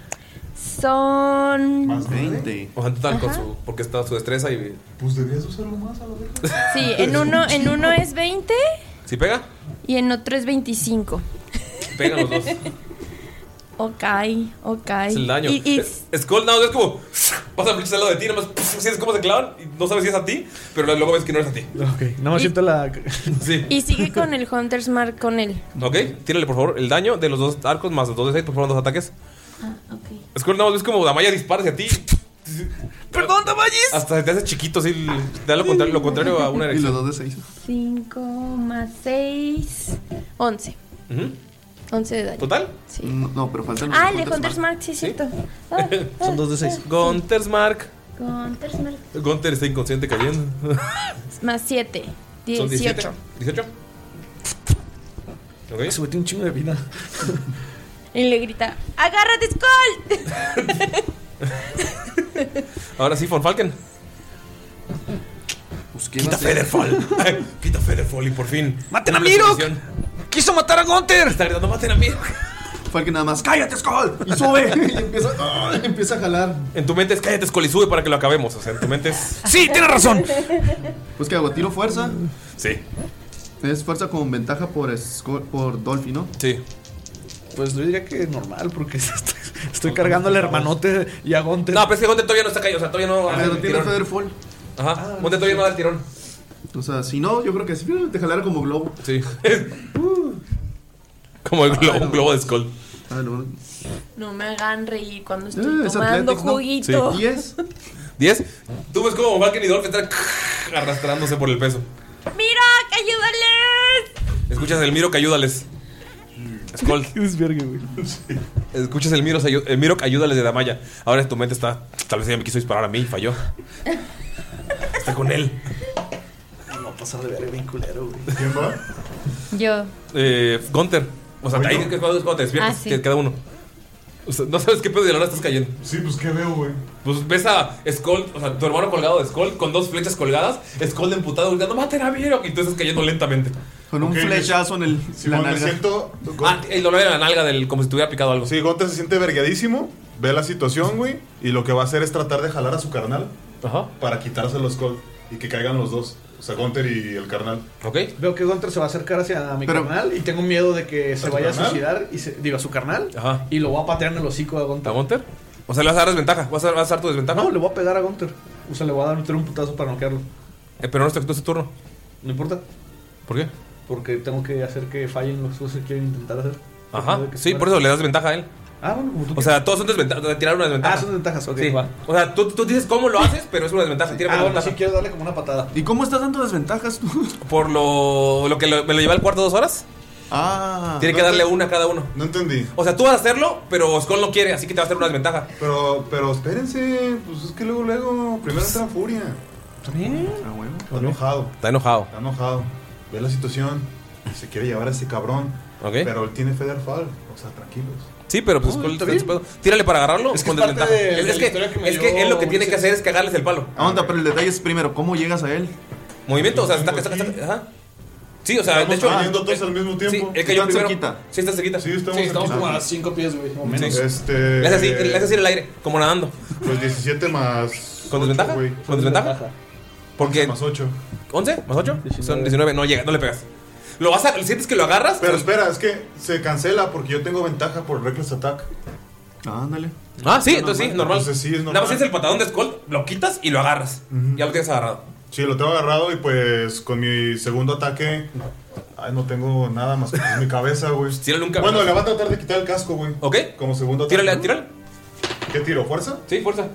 Son... O sea, en total, con Ajá. su, porque está su destreza y. Pues deberías usarlo más a la vez. Sí, en uno, en uno es 20 Si pega, y en otro es 25. (laughs) pegan los dos. Ok, ok. Es el daño. Y, y- Es- Skull Now es como. Pasan flechas al lado de ti, nada más. Sientes cómo se clavan. Y no sabes si es a ti, pero luego ves que no es a ti. Ok, nada más siento la. (laughs) Sí. y sigue con el Hunter's Mark con él. Ok, tírale por favor el daño de los dos arcos más los dos de 6, por favor, dos ataques. Skull Now es como Damaya (laughs) dispara hacia ti. ¡Perdón, Tamayis! Hasta se te hace chiquito, así. te da lo contrario, lo contrario a (laughs) una Y erección. los dos de seis. 5 más 6, 11. 11 de daño. ¿Total? Mm, Sí. No, no, pero faltan Ah, el de Hunter's Mark, sí, es cierto. Ah, (laughs) Son dos de 6. Gunter's Mark. Hunter's Mark Gunter está inconsciente cayendo. (laughs) más 7, Son 18. ¿18? Ok. Se metió un chingo de vida. Y le grita: ¡Agárrate, Skull! Ahora sí, Von Falken. Quita Federfall. Quita Federfall y por fin. ¡Maten una a Mirok! resolución. ¡Quiso matar a Gunter! Está gritando, maten a Mirok. Falken nada más, ¡cállate, Skull! Y sube. y empieza, ah, y empieza a jalar. En tu mente es cállate, Skull, y sube para que lo acabemos. O sea, en tu mente es. Sí, tienes razón. Pues que hago, tiro fuerza. Sí. Es fuerza con ventaja por, Skull- por Dolphy, ¿no? Sí. Pues yo diría que normal, porque (laughs) estoy, estoy cargando al hermanote y a Gunter. (laughs) No, pero es que Gunter todavía no está caído. O sea, todavía no. Pero tiene Federfall. Ajá. Gunter todavía no da el tirón. O sea, si no, yo creo que si te jalara como globo. Sí. Como el globo, un globo de Skull. ah, Eh, No me hagan reír cuando estoy Eh, es tomando Athletics, ¿no? juguito. Sí. ¿Diez? 10. Tú ves como Falken y Dolph están arrastrándose por el peso. ¡Mira, ayúdales! Escuchas el Miro que ayúdales. Skull. Escuchas el Miro, el Miro que ayúdales de Damaya. Ahora tu mente está. Tal vez ella me quiso disparar a mí y falló. Está con él. No va a pasar de ver bien culero, güey. ¿Quién va? Yo. Eh, Gunter. O sea, ahí es cuando cuando te despiertas, Ah, sí. que cada uno. O sea, no sabes qué pedo y de la hora estás cayendo. Sí, pues qué veo, güey. Pues ves a Skull, o sea, tu hermano colgado de Skull, con dos flechas colgadas, Skull de emputado gritando, maten a Miro. Y tú estás cayendo lentamente. Con un Ok, flechazo en el. la nalga. Ah, el dolor de la nalga, del, como si te hubiera picado algo. Sí, Gonte se siente vergueadísimo, ve la situación, güey, y lo que va a hacer es tratar de jalar a su carnal para quitárselo a Skull y que caigan los dos. O sea, Gunter y el carnal. Ok. Veo que Gunter se va a acercar hacia mi Pero- carnal y tengo miedo de que se tu vaya a carnal? suicidar y se, digo a su carnal Ajá. y lo va a patear en el hocico a Gunter. ¿A Gunter? O sea, le vas a dar desventaja. ¿Vas a, vas a dar tu desventaja? No, le voy a pegar a Gunter. O sea, le voy a dar meter un putazo para noquearlo. Eh, pero no está tu turno. No importa. ¿Por qué? Porque tengo que hacer que fallen los dos que quieren intentar hacer. Ajá. Tengo que Sí, sumar. por eso le das ventaja a él. Ah, bueno, como tú O sea, todos son desventajas. Tirar una desventaja. Ah, son ventajas, ok. Sí. va. O sea, tú, tú dices cómo lo haces, pero es una desventaja. Ah, Tírame la bueno, ventaja. sí quiero darle como una patada. ¿Y cómo estás dando desventajas tú? Por lo, lo que lo- me lo lleva al cuarto dos horas. Ah. Tiene que no darle te- una a cada uno. No entendí. O sea, tú vas a hacerlo, pero Skull no quiere, así que te va a hacer una desventaja. Pero, pero espérense, pues es que luego, luego, primero entra en furia. ¿También? Ah, huevo. Está enojado. Está enojado. Está enojado. Ve la situación. y Se quiere llevar a ese cabrón. Ok. Pero él tiene Federfall. O sea, tranquilos. Sí, pero pues No, Skull está está bien. en su pedo. Tírale para agarrarlo Es que con es parte desventaja. de- es de es la que, historia que me es que dio él lo que tiene que Ulises. hacer es cagarles el palo. Aguanta, Ah, pero el detalle es primero, ¿cómo llegas a él? Movimiento, o sea, está, está, está- ajá. Sí, o sea, Estamos de hecho. cayendo todos al mismo tiempo. Sí, él cayó Están primero. cerquita. Sí, está cerquita. Sí, estamos cerquita. Como a 5 pies, güey, o menos. menos. Sí. Este- Le haces así, le haces así en el aire, como nadando. Pues 17 más. ¿Con desventaja? ¿Con desventaja? Porque. Más 8. ¿11? ¿Más 8? Son 19. No llega, no le pegas. Lo vas a. ¿Sientes que lo agarras? Pero espera, es que se cancela porque yo tengo ventaja por Reckless Attack. ándale. Ah, sí, entonces sí, normal. Entonces sí, es normal. Nada más tienes el patadón de Skull, lo quitas y lo agarras. Ya lo tienes agarrado. Sí, lo tengo agarrado y pues con mi segundo ataque. Ay, no tengo nada más que mi cabeza, güey. Tírale un cabezazo. Bueno, le va a tratar de quitar el casco, güey. Ok. Como segundo ataque. Tírale, tírale. ¿Qué tiro? ¿Fuerza? Sí, fuerza.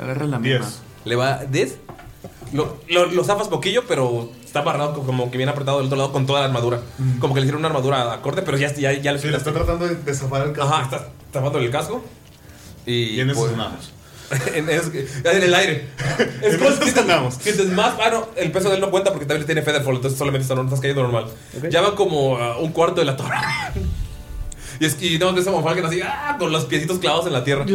Agarra la Diez. misma. Le va 10. Lo, lo, lo zafas poquillo, pero está amarrado como, como que bien apretado del otro lado con toda la armadura. Como que le hicieron una armadura acorde, pero ya, ya, ya le Sí, le está tratando de, de zafar el casco. Ajá, está tapando el casco. Y, en eso pues, sonamos. (laughs) en, es- (laughs) en el aire. Es como si andamos. Sientes más. Ah, no, el peso de él no cuenta porque también tiene Featherfall, entonces solamente está- no estás cayendo normal. Ya va como a un cuarto de la torre. (laughs) y es que no ves a Von Falken así, ah, con los piecitos clavados en la tierra.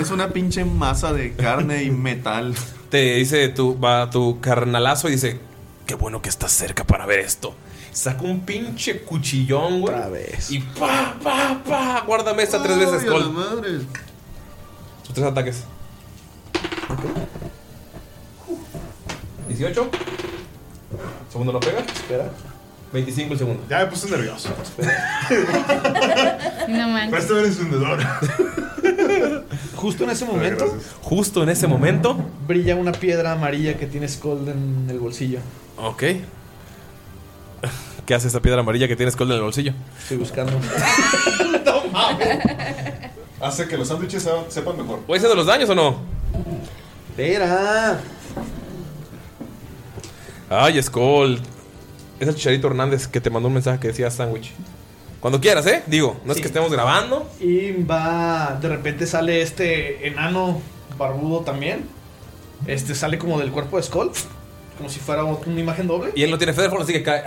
Es una pinche masa de carne y metal. Te dice tu, va tu carnalazo y dice: Qué bueno que estás cerca para ver esto. Saca un pinche cuchillón, güey. Y pa, pa, pa. Guárdame esta tres veces, Ay, a la gol. madre. Sus tres ataques. 18. Segundo no pega. Espera. 25 el segundo. Ya me puse nervioso. (laughs) este No manches. Presta el encendedor. Justo en ese momento. Justo en ese momento. Brilla una piedra amarilla que tiene Scold en el bolsillo. Ok. ¿Qué hace esta piedra amarilla que tienes cola en el bolsillo? Estoy buscando. Hace que los sándwiches se- sepan mejor. ¿Voy haciendo los daños o no? Espera. Ay, Skull. Es el Chicharito Hernández que te mandó un mensaje que decía sándwich. Cuando quieras, ¿eh? Digo, no es que estemos grabando. Y va. De repente sale este enano barbudo también. Este sale como del cuerpo de Skull. Como si fuera una imagen doble. Y él no tiene Featherfall, así que cae.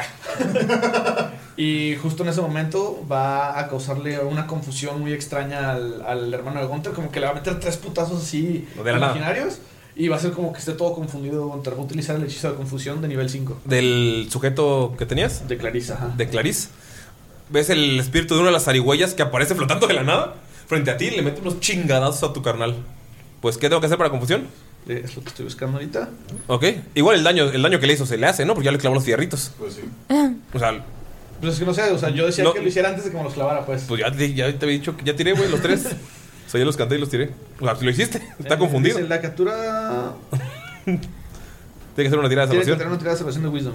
Y justo en ese momento va a causarle una confusión muy extraña al, al hermano de Gunther, como que le va a meter tres putazos así De la nada. imaginarios. Y va a ser como que esté todo confundido Gunther. Va a utilizar el hechizo de confusión de nivel 5. Del sujeto que tenías. De Clarice, ajá. De Clarice. ¿Ves el espíritu de una de las zarigüeyas que aparece flotando de la nada? Frente a ti, le mete unos chingadazos a tu carnal. Pues, ¿qué tengo que hacer para confusión? Es lo que estoy buscando ahorita. Ok. Igual el daño, el daño que le hizo se le hace, ¿no? Porque ya le clavó los fierritos. Pues sí. O sea, Pues es que no sé, o sea, yo decía No. que lo hiciera antes de que me los clavara, pues. pues ya, te- ya te había dicho que ya tiré, güey, (laughs) los tres. o sea, ya los canté y los tiré. O sea, lo hiciste. Está Eh, confundido. dice, Tiene la captura. que hacer una tirada de Tiene que salvación. tener una tirada de salvación de Wisdom.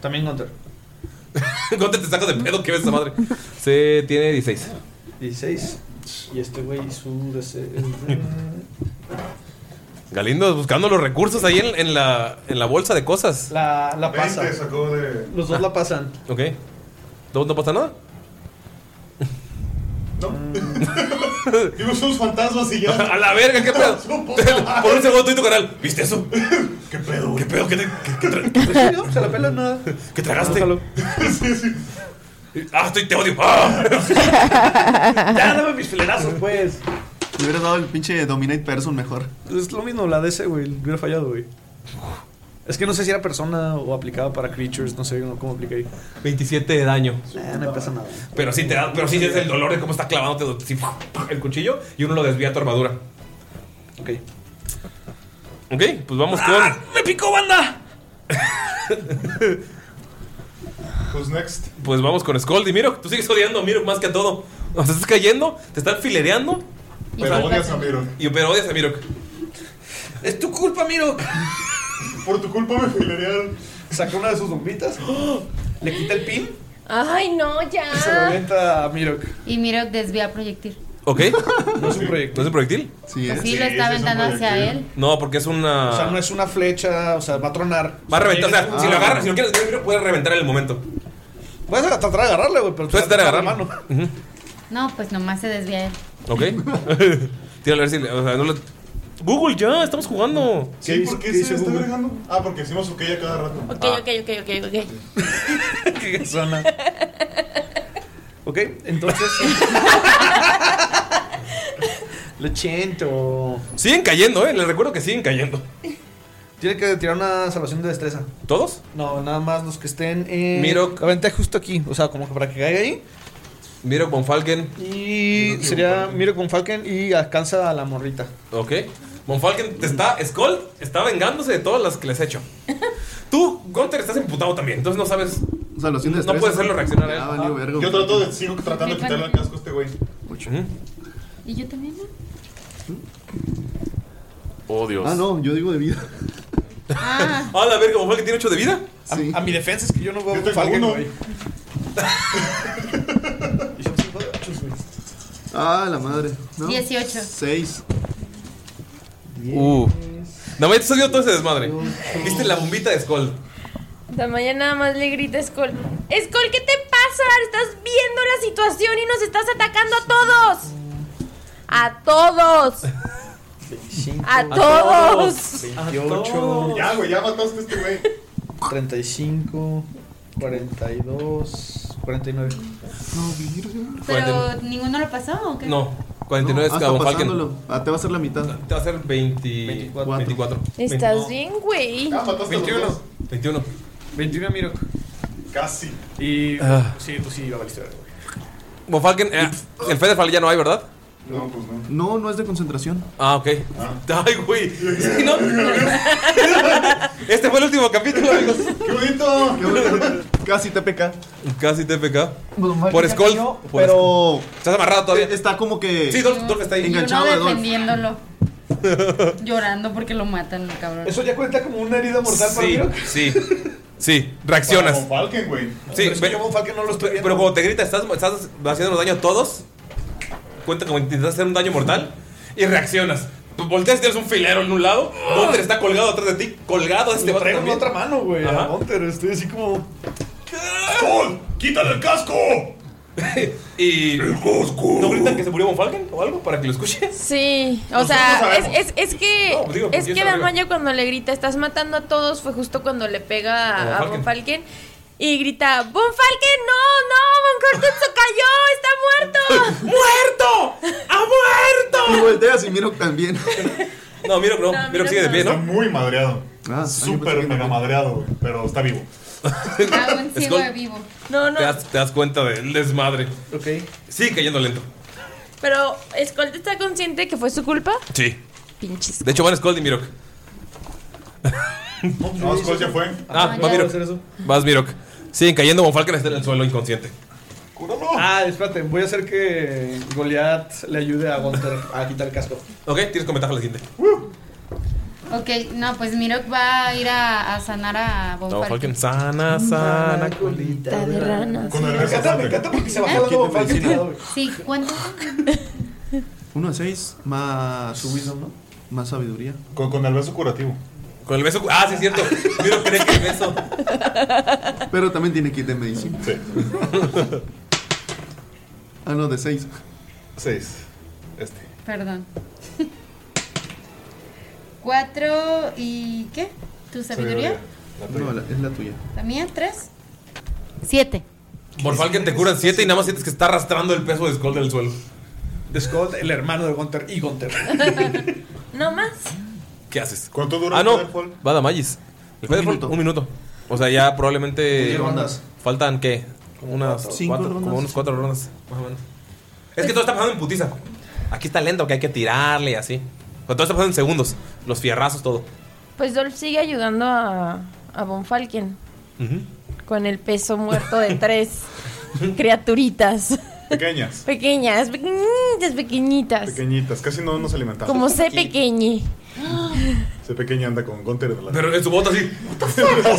También Gunther. (laughs) Gunther te sacas de pedo que ves esa madre. (laughs) Se tiene 16. 16. Y este güey, su. DC es de- Galindo buscando los recursos ahí en, en la, en la bolsa de cosas. La, la pasa. 20 sacó de. Los dos la pasan. Ok. ¿No, no pasa nada? Digo, son los fantasmas y ya. (laughs) (laughs) A la verga, qué pedo. Por un segundo tú y tu canal. ¿Viste eso? ¿Qué pedo, ¿Qué pedo? ¿Qué, te, qué, qué tra- Sí, no, se la pelan nada. qué tragaste? Ah, estoy, te odio. ¡Ah! (laughs) ya, dame mis filerazos, pues. Le hubieras dado el pinche Dominate Person mejor. Es lo mismo, la DC, güey. Hubiera fallado, güey. Es que no sé si era persona o aplicada para creatures, no sé no, cómo apliqué ahí. 27 de daño. Nah, no pasa nada. Pero sí te da, pero sí es el dolor de cómo está clavándote así, (laughs) el cuchillo y uno lo desvía a tu armadura. Ok. Ok, pues vamos con. ¡Me picó (laughs) banda! Pues next. Pues vamos con Scold y Miro, tú sigues odiando a Miro más que a todo. O sea, estás cayendo, te están filereando. Y Pero culpa odias a tuya. Miro. Y pero odias a Miro. Es tu culpa, Miro. Por tu culpa me filerearon. Saca una de sus bombitas. (gasps) ¡oh! Le quita el pin Ay, no, y se lo Ah. ya. avienta a Mirok. Y Miro desvía proyectil. ¿Ok? (laughs) No es un proyectil. ¿No es un proyectil? Sí, ¿eh? Sí, lo está aventando hacia él. No, porque es una. O sea, no es una flecha, o sea, va a tronar. Ah. Va a reventar. O sea, Ah. si lo agarras, si lo quieres, Miro puede reventar en el momento. Vas a tratar de agarrarle, güey, pero Puedes te tratar de va a agarrarlo. cortar No, pues nomás se desvía él. (laughs) Ok. Tírale a ver si. le- O sea, no lo- Google, ya, estamos jugando. Sí, ¿por qué se está agregando? Ah, porque decimos ok ya cada rato. Ok, ok, ok, ok, ok. (laughs) la mano. Suena. ok, entonces. lo siento. Siguen cayendo, eh. Les recuerdo que siguen cayendo. Tiene que tirar una salvación de destreza. ¿Todos? No, nada más los que estén en. Miro. Aventé justo aquí, o sea, como que para que caiga ahí. Miro con Falken. Y sería Miro con Falken y alcanza a la morrita. Ok. Monfalken te está. Skull está vengándose de todas las que les (laughs) he hecho. Tú, Gunter, estás emputado también. Entonces no sabes. Salvación de No destreza. puedes hacerlo reaccionar a él. Ya Ah, valió verga. Yo trato de. Sigo tratando de quitarle el casco a este güey. Y yo también. ¿no? Oh, Dios. Ah, no, yo digo de vida. (laughs) Ah, la verga, Monfalken tiene 8 de vida. A, a mi defensa es que yo no veo tengo Falken, uno. güey. Ah, la madre. No. 18. 6. Uh. No, ya te salió todo ese desmadre. Viste la bombita de Skull. Damaya nada más le grita a Skull. Skull, ¿qué te pasa? Estás viendo la situación y nos estás atacando a todos. A todos. A todos. 28. Ya, güey, ya mataste a este güey. 35, 42, 49. Pero ninguno lo pasó o qué? No, 49 No, es ah, Cabo está Falken. pasándolo. Ah, te va a hacer la mitad. Te va a hacer 20 24. 24. ¿Estás bien, güey? 21. 21. 21 Miro. Casi. Y. Ah. Sí, tú sí, va a valer verga, güey. Monfalken, eh, el Federfall ya no hay, ¿verdad? No, pues no. No, no es de concentración. Ah, ok. Ay, güey. Sí, ¿no? este fue el último capítulo, amigos. ¡Qué bonito! Casi TPK. Casi TPK. Mal Por que Skull. cayó, por pero- e, Skull. Estás amarrado todavía. Está como que. Sí, Dolph, Dolph está ahí. Y uno (laughs) defendiéndolo. Llorando porque lo matan, cabrón. Eso ya cuenta como una herida mortal para Sí, mí. sí. Sí, reaccionas. Para Von Falken, güey. Sí, Pero es que ve- yo Von Falken no lo estoy viendo. pero cuando te grita, estás, estás haciendo daño a todos. Cuenta como intentas hacer un daño mortal y reaccionas. Pues Volteas y tienes un filero en un lado. Hunter está colgado atrás de ti. Colgado este Lo vato traigo en la también. otra mano, güey. Ajá. a Hunter, estoy así como. ¡Skull! ¡Quítale el casco! (laughs) y. ¿No gritan que se murió Von Falken o algo para que lo escuches? Sí, o Nosotros sea, es, sabemos. es, es que No, pues digo, es porque que está arriba. Damayo cuando le grita estás matando a todos fue justo cuando le pega a, A a Von Von Falken y grita Von Falken no no Von Falken se cayó está muerto (laughs) (laughs) muerto Y volteas y miro también. No, miro, no. No, miro que sigue de pie, ¿no? Está muy madreado. Ah, Súper mega madreado, güey. Pero está vivo. Sigo (laughs) Skull, de vivo. no no te, das, te das cuenta del desmadre. Ok. Sigue cayendo lento. pero Skull está consciente que fue su culpa Sí. pinches De hecho, van Skull y Mirok. No, Skull ya fue. Ah, Ah, vas ya. Mirok. Vas Mirok. Siguen cayendo. Von Falken está en el suelo inconsciente. Ah, espérate, voy a hacer que Goliath le ayude a Gunter a quitar el casco. Ok, tienes que ventaja la siguiente. Ok, no, pues Mirok va a ir a, a sanar a Von No, Falken. Falken. Sana, sana, colita. de rana. Con el Me encanta, me encanta porque se baja la Quítame nueva encima. (laughs) Sí, ¿cuánto? 1 de 6 más su wisdom, ¿no? Más sabiduría. Con, con el beso curativo. Con el beso. cu- Ah, sí, es cierto. Miro cree que el beso. Pero también tiene kit de medicina. Sí. ah, no, de 6. 6. Este. Perdón. (laughs) Cuatro y ¿qué? ¿Tu sabiduría? No, la- es la tuya. ¿También? ¿Tres? Siete. Von Falken te curan 7 y nada más sientes que está arrastrando el peso de Skull del suelo. De Skull, el hermano de Gunter y Gunter. no más ¿Qué haces? ¿Cuánto dura Ah, el no. Firefall? Va Damayis. El Firefall, minuto. un minuto. O sea, ya probablemente. Diez rondas. Faltan qué? Como unas Cinco cuatro, rondas. como unos cuatro rondas, más o menos. Es que todo está pasando en putiza. Aquí está lento, que hay que tirarle y así. O sea, todo está pasando en segundos. Los fierrazos, todo. pues Dolph sigue ayudando a a Von Falken con el peso muerto de tres (laughs) criaturitas Pequeñas. pequeñas mm, pequeñitas pequeñitas Pequeñitas. Casi no nos alimentamos. Como sé pequeñi. Se pequeña anda con Gunter en la. Pero en su bota así.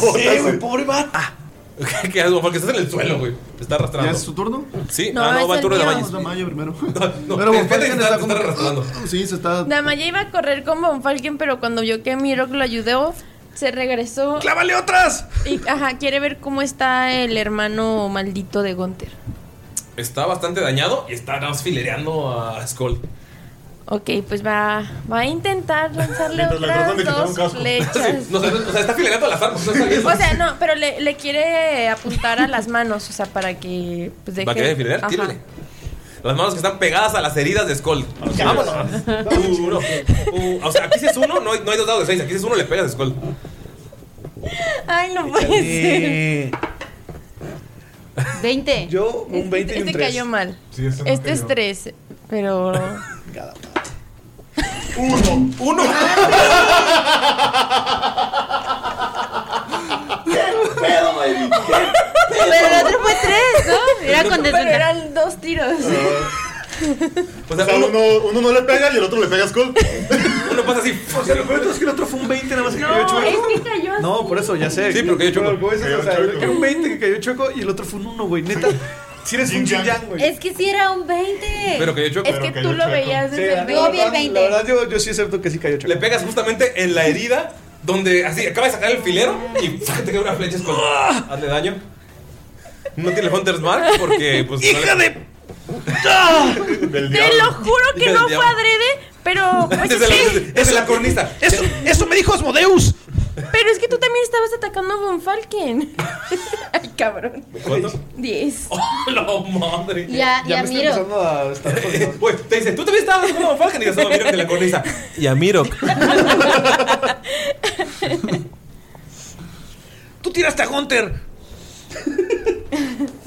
(laughs) Sí, güey, pobre vato. ¿Qué haces, Von Falken? Estás en el suelo, güey. Te está arrastrando. ¿Ya es su turno? Sí, no, ah, no, va el turno de Damayis. Damaya primero. No, Pero Von espérate, Falken está- está te como. oh, está arrastrando. Sí, se está. Damaya iba a correr con Von Falken, pero cuando vio que Mirok lo ayudó, se regresó. ¡Clávale otras! Y ajá, quiere ver cómo está el hermano maldito de Gunther. Está bastante dañado y está nada más filereando a Skull. Ok, pues va, va a (laughs) intentar lanzarle Mientras le tratan otras de quitar un dos (laughs) casco. flechas. No, o sea, no- o sea, está filereando las armas. No está bien. O sea, no, pero le, le quiere apuntar a las manos, o sea, para que pues, deje. ¿Va a querer filerear? Ajá. Tírale. Las manos que están pegadas a las heridas de Skull. Vámonos. Uno. Uh, o sea, aquí si es uno, no hay, no hay dos dados de seis. Aquí si es uno, le pegas a Skull. Ay, no puede ser. Veinte. Yo, un 20 y Este un este 3. cayó mal. Sí, este no este es cayó. 13, (laughs) pero. Uno. Uno. Ah, Pero, baby, Pero el otro fue tres, ¿no? Era con Pero desventaja. eran dos Ah, tiros. O sea, uno, uno no le pega y el otro le pega a Skull. uno pasa así. (laughs) O sea, lo peor de todo es que el otro fue un 20 nada más que cayó chueco. que cayó No, por eso ya sé. Sí, pero cayó chueco. Pero, pues, Cayó o sea, chueco. era un 20 que cayó chueco y el otro fue un 1, güey. Neta, si eres un chillán, güey. Es que si era un 20. Pero cayó chueco. Es que tú lo veías Sí, desde el la Yo vi verdad, el La 20. verdad, yo, yo sí acepto que sí cayó chueco. Le pegas justamente en la herida donde así acaba de sacar el filero y ¡pum! te queda una flecha Skull. Hazle daño. No tiene Hunter's Mark porque pues. ¡Hija de! Del Te lo juro que Hija no del fue diablo. adrede, pero. pues, Desde es la- que- desde la cornisa. Eso, eso me dijo Asmodeus. Pero es que tú también estabas atacando a Von Falken. Ay, cabrón. ¿Cuánto? Oh, 10. ¡La madre! Ya- Ya ya me estoy miro. empezando a Pues te dice, tú también estabas con Von Falken y estaba Mirok de la cornisa. Y a Mirok. Tú tiraste a Hunter.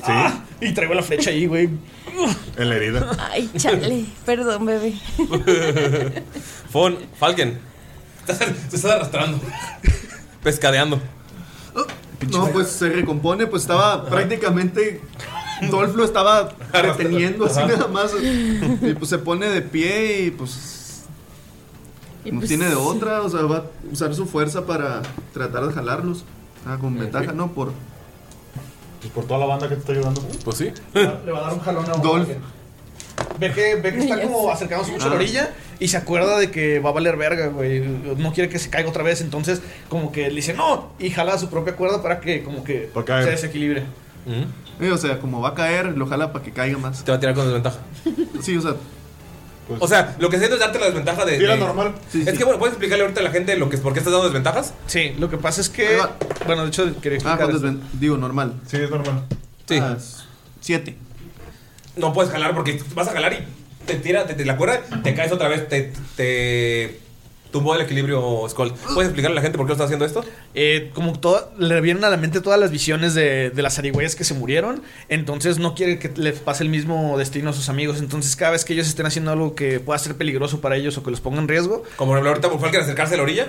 Ah, y traigo la flecha ahí, güey. En la herida. Ay, chale. Perdón, bebé. Von Falken. Te estás arrastrando. Pescadeando. pinche. No, pues se recompone, pues estaba prácticamente. Dolflo estaba reteniendo así Ajá. nada más. Y pues se pone de pie y pues. Y, no pues, tiene de otra, o sea, va a usar su fuerza para tratar de jalarlos. Ah, con ventaja, ¿no? Por. Pues por toda la banda que te está ayudando. Pues sí. Uh, Le va a dar un jalón a Dolph. Ve que, ve (laughs) que está como acercándose mucho a la Ah. orilla y se acuerda de que va a valer verga, güey. No quiere que se caiga otra vez, entonces como que le dice no y jala su propia cuerda para que como que caer. se desequilibre. Eh, o sea, como va a caer, lo jala para que caiga más. Te va a tirar con desventaja. Sí, o sea. O sea, lo que siento es darte la desventaja de. Tira de- normal. Sí, es sí. que bueno, ¿puedes explicarle ahorita a la gente lo que es por qué estás dando desventajas? Sí, lo que pasa es que. Bueno, de hecho, quería Ah, explicar con esto. desven- digo, normal. Ah, Sí, es normal. Sí. siete. No puedes jalar porque vas a jalar y te tira, te, te- la cuerda, te caes otra vez, te, te tumbó el equilibrio Skull. ¿Puedes explicarle a la gente por qué lo estás haciendo esto? Eh, como todo, le vienen a la mente todas las visiones de, de las arigüeyas que se murieron. Entonces no quiere que les pase el mismo destino a sus amigos. Entonces cada vez que ellos estén haciendo algo que pueda ser peligroso para ellos o que los ponga en riesgo. Como ahorita por cualquier acercarse a la orilla.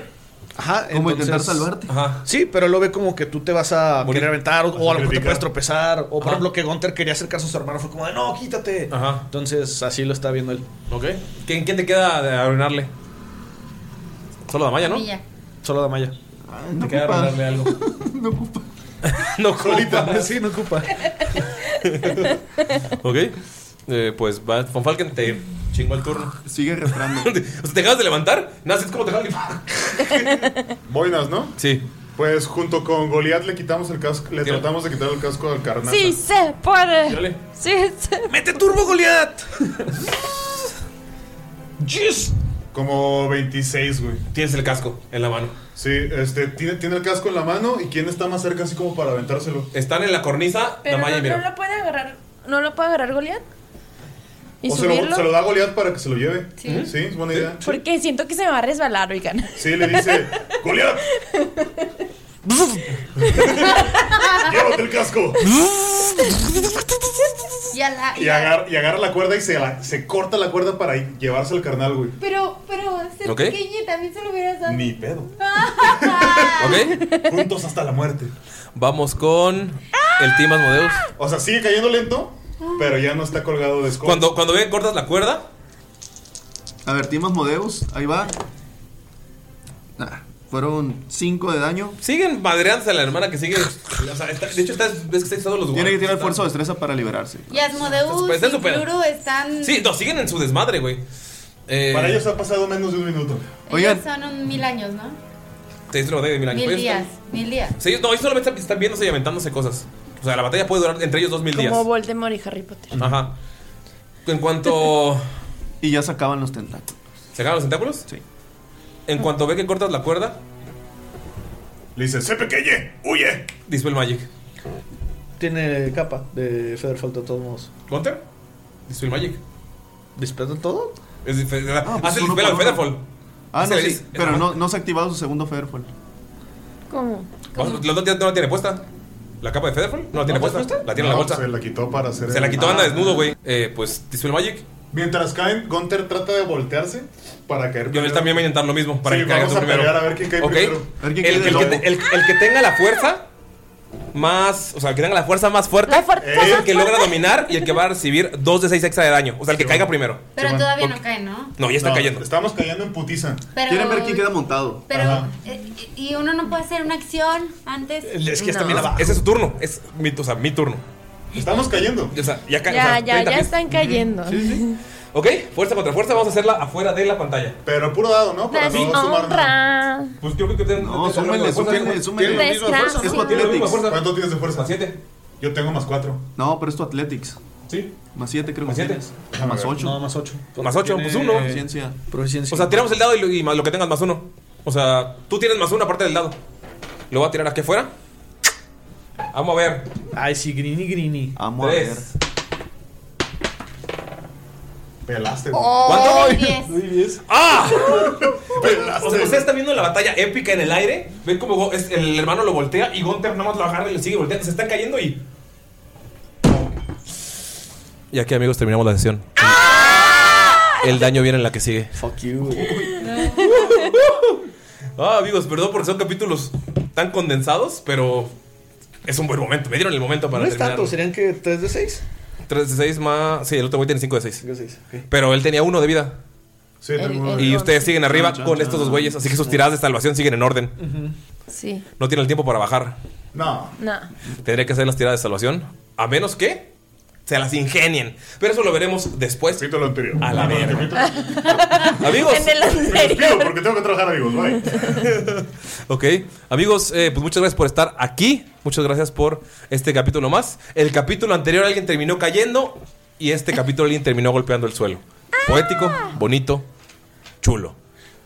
Ajá, Como intentar salvarte. Ajá. Sí, pero lo ve como que tú te vas a querer aventar o, o a lo mejor te sacrificar. puedes tropezar. O por Ajá. ejemplo que Gunter quería acercarse a su hermano. Fue como de no, quítate. Ajá. Entonces así lo está viendo él. Ok. ¿Quién, quién te queda de arruinarle? Solo Damaya, ¿no? Milla. Solo Damaya. te queda arruinarle algo. no ocupa. no ocupa. (laughs) Sí, no ocupa. ok. Eh, pues va, Von Falken te chingó el turno. (laughs) Sigue arrastrando. o sea, te acabas de levantar, naces como te jalan Boinas, ¿no? Sí. Pues junto con Goliath le quitamos el casco, le tratamos de quitar el casco al carnal. Sí se puede. Dale. Sí se Mete turbo Goliath. ¡Yes! Como 26, güey. Tienes el casco en la mano. Sí, este, tiene, tiene el casco en la mano y quién está más cerca así como para aventárselo. Están en la cornisa, Pero no, no lo puede agarrar. ¿No lo puede agarrar Goliath? ¿Y O se subirlo? lo, se lo da a Goliath para que se lo lleve. ¿Eh? Sí. Sí, es buena idea. Porque siento que se me va a resbalar, (laughs) oigan. Sí, le dice, (laughs) Goliath, llévate el casco. Y a la- Y, agar- y agarra la cuerda y se, la- se corta la cuerda para llevarse al carnal, güey. Pero, pero, ser Ok. pequeña también se lo hubieras dado. Ni pedo. ¿Ok? Juntos hasta la muerte. Vamos con el Team Asmodeus. Ah. O sea, sigue cayendo lento, Ah. pero ya no está colgado de escoba. Cuando, cuando ve, cortas la cuerda. A ver, Timas Modeus, ahí va. Nah, fueron 5 de daño. Siguen madreándose a la hermana que sigue. o sea, está- de hecho, está, ves que está usando los Tiene que tirar guantes, esfuerzo o destreza para liberarse. Y Asmodeus Pues, y eso, pero- Pluru están. está- Sí, no, siguen en su desmadre, güey. Eh, Para ellos ha pasado menos de un minuto. ellos son un mil años, ¿no? Te diste la batalla de mil años. Mil Ellos días. están- Mil días. sí, ellos- no, ellos solamente están viéndose y aventándose cosas. O sea, la batalla puede durar entre ellos dos mil días. Como Voldemort y Harry Potter. Ajá. En cuanto. (laughs) Y ya se acaban los tentáculos. ¿Se acaban los tentáculos? Sí. En cuanto ve que cortas la cuerda. Le dice, sé pequeñe, huye. Dispel Magic. Tiene capa de Feather Fall de todos modos. ¿Counter? Dispel Magic. ¿Dispel todo? Es dispel- pues Hace el uno por dispel al uno. Featherfall. Ah, no, Ese sí, es- pero no, no se ha activado su segundo Featherfall. ¿Cómo? Vamos, La otra tía no la tiene puesta. ¿La capa de Featherfall? No la tiene ¿No puesta. está puesta? La tiene en la No, bolsa. se la quitó para hacer Se la el- quitó, Ah. anda desnudo, güey. Eh, pues Dispel Magic. Mientras caen, Gunter trata de voltearse para caer. Yo él también voy a intentar lo mismo para Sí, que caiga vamos tú a primero. pelear a ver quién cae Ok. primero. A ver quién el, cae el de que lobo. te- el- el que tenga la fuerza más, o sea, el que tenga la fuerza más fuerte es el que logra dominar y el que va a recibir 2 de 6 extra de daño. O sea, el que caiga primero. Pero todavía no cae, ¿no? No, ya está No, cayendo. Estamos cayendo en putiza. Ah. Pero- Quieren ver quién queda montado. Pero, eh, y uno no puede hacer una acción antes. Ese es su turno. Es mi, o sea, mi turno. Estamos cayendo. O sea, ya ca- o Ya, sea, ya, 30 ya pies. están cayendo. Ok, fuerza contra fuerza. Vamos a hacerla afuera de la pantalla. Pero puro dado, ¿no? Las honra. Pues yo creo que tengo. No, súmenle, súmenle, súmenle. Tiene la misma fuerza, ¿no? Es tu Tiene la misma athletics. fuerza. ¿Cuánto tienes de fuerza? 7. Yo tengo más 4. No, pero es tu Athletics. Sí. Más 7 creo Más que siete. tienes. Déjame Más ver. 8. No, más 8. Más 8, pues 1. Proficiencia. O sea, tiramos el dado y, lo- y más lo que tengas más 1. O sea, tú tienes más 1 aparte del dado. Lo voy a tirar aquí afuera. Vamos a ver. Ay, sí, greeny, greeny. Vamos Tres. Pelaste. Oh, ¿Cuánto? diez. ¡Ah! O sea, usted está viendo la batalla épica en el aire. Ven como Go- es- el hermano lo voltea y Gunter nada más lo agarra y le sigue volteando. Se están cayendo y. Y aquí, amigos, terminamos la sesión. El daño viene en la que sigue. Fuck you. Ah, amigos, perdón porque son capítulos tan condensados, pero Es un buen momento. Me dieron el momento para no es terminar. tanto, serían que 3 de 6. 3 de 6 más. Sí, el otro güey tiene 5 de 6. Pero él tenía 1 de vida. Sí, tengo- Y ustedes siguen arriba Chan, chan, con chan. estos dos güeyes. Así que sus tiradas de salvación siguen en orden. Sí. No tienen el tiempo para bajar. No. No. Tendría que hacer las tiradas de salvación. A menos que se las ingenien. Pero eso lo veremos después. A la verga. Amigos. En el Pido porque tengo que trabajar, amigos. Bye. Ok, amigos, eh, pues muchas gracias por estar aquí. Muchas gracias por este capítulo más. El capítulo anterior alguien terminó cayendo y este capítulo alguien terminó golpeando el suelo. Ah. Poético, bonito, chulo.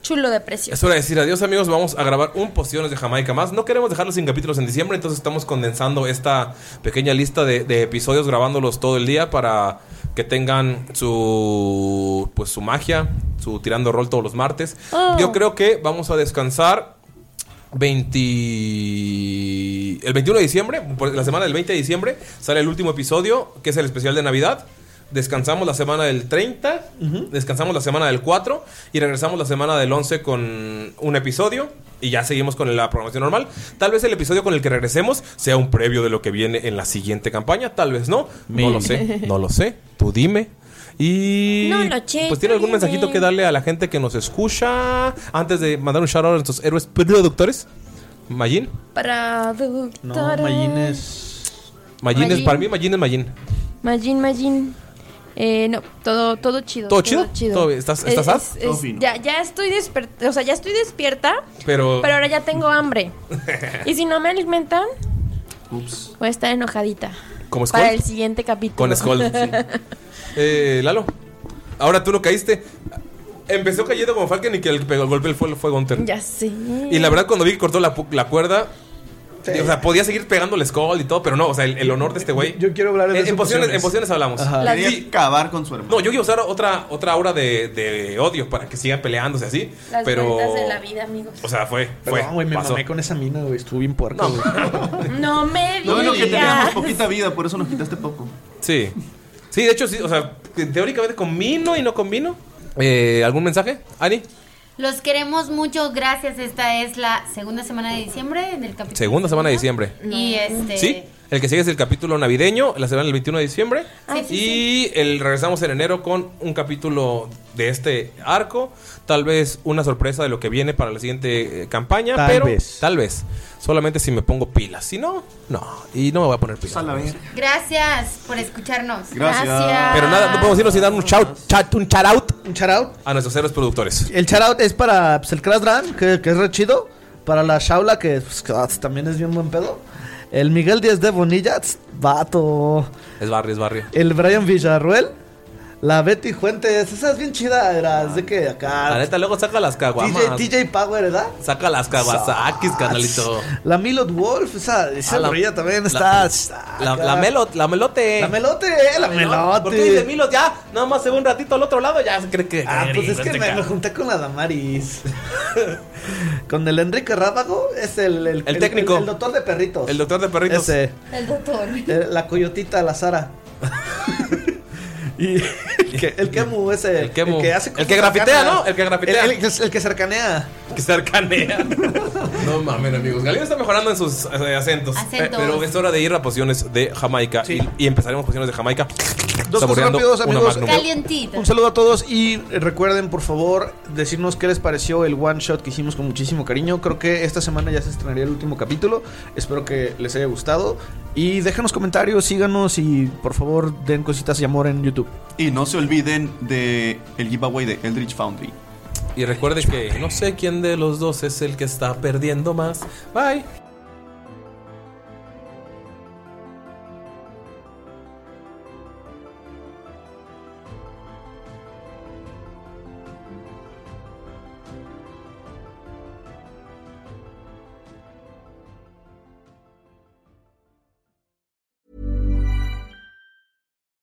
Chulo de precio. Es hora de decir adiós, amigos. Vamos a grabar un Pociones de Jamaica más. No queremos dejarlos sin capítulos en diciembre, entonces estamos condensando esta pequeña lista de, de episodios, grabándolos todo el día para que tengan su pues su magia, su tirando rol todos los martes. Oh. Yo creo que vamos a descansar 20 el 21 de diciembre, por la semana del 20 de diciembre sale el último episodio, que es el especial de Navidad. Descansamos la semana del 30 Descansamos la semana del 4 y regresamos la semana del 11 con un episodio y ya seguimos con la programación normal. Tal vez el episodio con el que regresemos sea un previo de lo que viene en la siguiente campaña, tal vez no. No Maybe. lo sé, no lo sé. Tú dime. Y No lo sé, pues tiene tú algún mensajito dime. que darle a la gente que nos escucha antes de mandar un shout out a nuestros héroes productores. Mayin, Para doctora. es Mayin es Mayin. para mí Mayin es Mayin. Majin, Majin. Eh, no, todo, todo chido. ¿Todo chido? ¿Todo bien? ¿Estás- Es- estás sad? es- Todo es- fino. ya, ya estoy despierta. O sea, ya estoy despierta, Pero pero ahora ya tengo (laughs) hambre. Y si no me alimentan, Ups. voy a estar enojadita. Como Para Skull. el siguiente capítulo. Con Skull, Eh, Lalo, ahora tú no caíste. Empezó cayendo como Falcon y que el, pegó- el golpe fue, fue Gunter. (laughs) ya sé. Y la verdad, cuando vi que cortó la, pu- la cuerda, o sea, podía seguir pegando el Skull y todo, pero no, o sea, el, el honor de este güey. Yo quiero hablar de en, eso en en pociones. pociones. En pociones hablamos. Ajá. Las- Quería acabar con su hermano. No, yo quiero usar otra, otra aura de, de odio para que sigan peleándose así. Las pero. vueltas de la vida, amigos. O sea, fue. Fue, fue no, güey, me pasó. mamé con esa mina, güey. Estuvo bien puerca, güey. No me Lo bueno que teníamos digas. poquita vida, por eso nos quitaste poco. Sí. Sí, de hecho, sí, o sea, teóricamente combino y no combino. Eh, ¿Algún mensaje, Ani? Los queremos mucho, gracias. Esta es la segunda semana de diciembre en el capítulo. Segunda semana de diciembre. Y este. Sí, el que sigue es el capítulo navideño, la semana del 21 de diciembre. Ah, sí, y el regresamos en enero con un capítulo de este arco. Tal vez una sorpresa de lo que viene para la siguiente eh, campaña. Tal pero vez. Tal vez. Solamente si me pongo pilas. Si no, no. Y no me voy a poner Pues pilas. Gracias por escucharnos. Pero nada, no podemos irnos sin dar un shout, chat, un shout out Un shoutout. a nuestros héroes productores. El shoutout es para pues, el Crash Dran, que, que es re chido. Para la Shaula, que pues, que, ah, también es bien buen pedo. El Miguel Díaz de Bonilla, tss, vato. Es barrio, es barrio. El Brian Villarruel. La Betty Fuentes, esa es bien chida, era es de que Ah, La acá. neta, luego saca las caguamas. DJ, DJ Power, ¿verdad? Ah, Saca las kawasakis, canalito. La Milot Wolf, esa, esa Ah, la- morrilla también la- está. está La, acá. la, melo- la melote. La melote, eh, la melote. ¿Por qué dice milos? Ya, nada más se ve un ratito al otro lado, ya se cree que. Ah, pues es que me, me junté con la Damaris. (laughs) con el Enrique Rábago, es el, el, El técnico. El, el doctor de perritos. El doctor de perritos. Ese. El doctor. Eh, la coyotita, la (laughs) Sara. y el que, el Kemu ese. El, Kemu. que hace El que grafitea, cercanas. ¿no? El que grafitea. El, el que- el que cercanea. Que se (laughs) arcanea. no mamen, amigos. Galindo está mejorando en sus eh, Acentos. acentos. Eh, Pero es hora de ir a pociones de Jamaica. Y, y empezaremos pociones de Jamaica. Dos cosas saboreando rápidos, una amigos. Magnum. Calientito. Un saludo a todos y eh, recuerden, por favor, decirnos qué les pareció el one shot que hicimos con muchísimo cariño. Creo que esta semana ya se estrenaría el último capítulo. Espero que les haya gustado. Y déjenos comentarios, síganos y por favor den cositas y amor en YouTube. Y no se olviden de el giveaway de Eldritch Foundry. Y recuerde que no sé quién de los dos es el que está perdiendo más. Bye.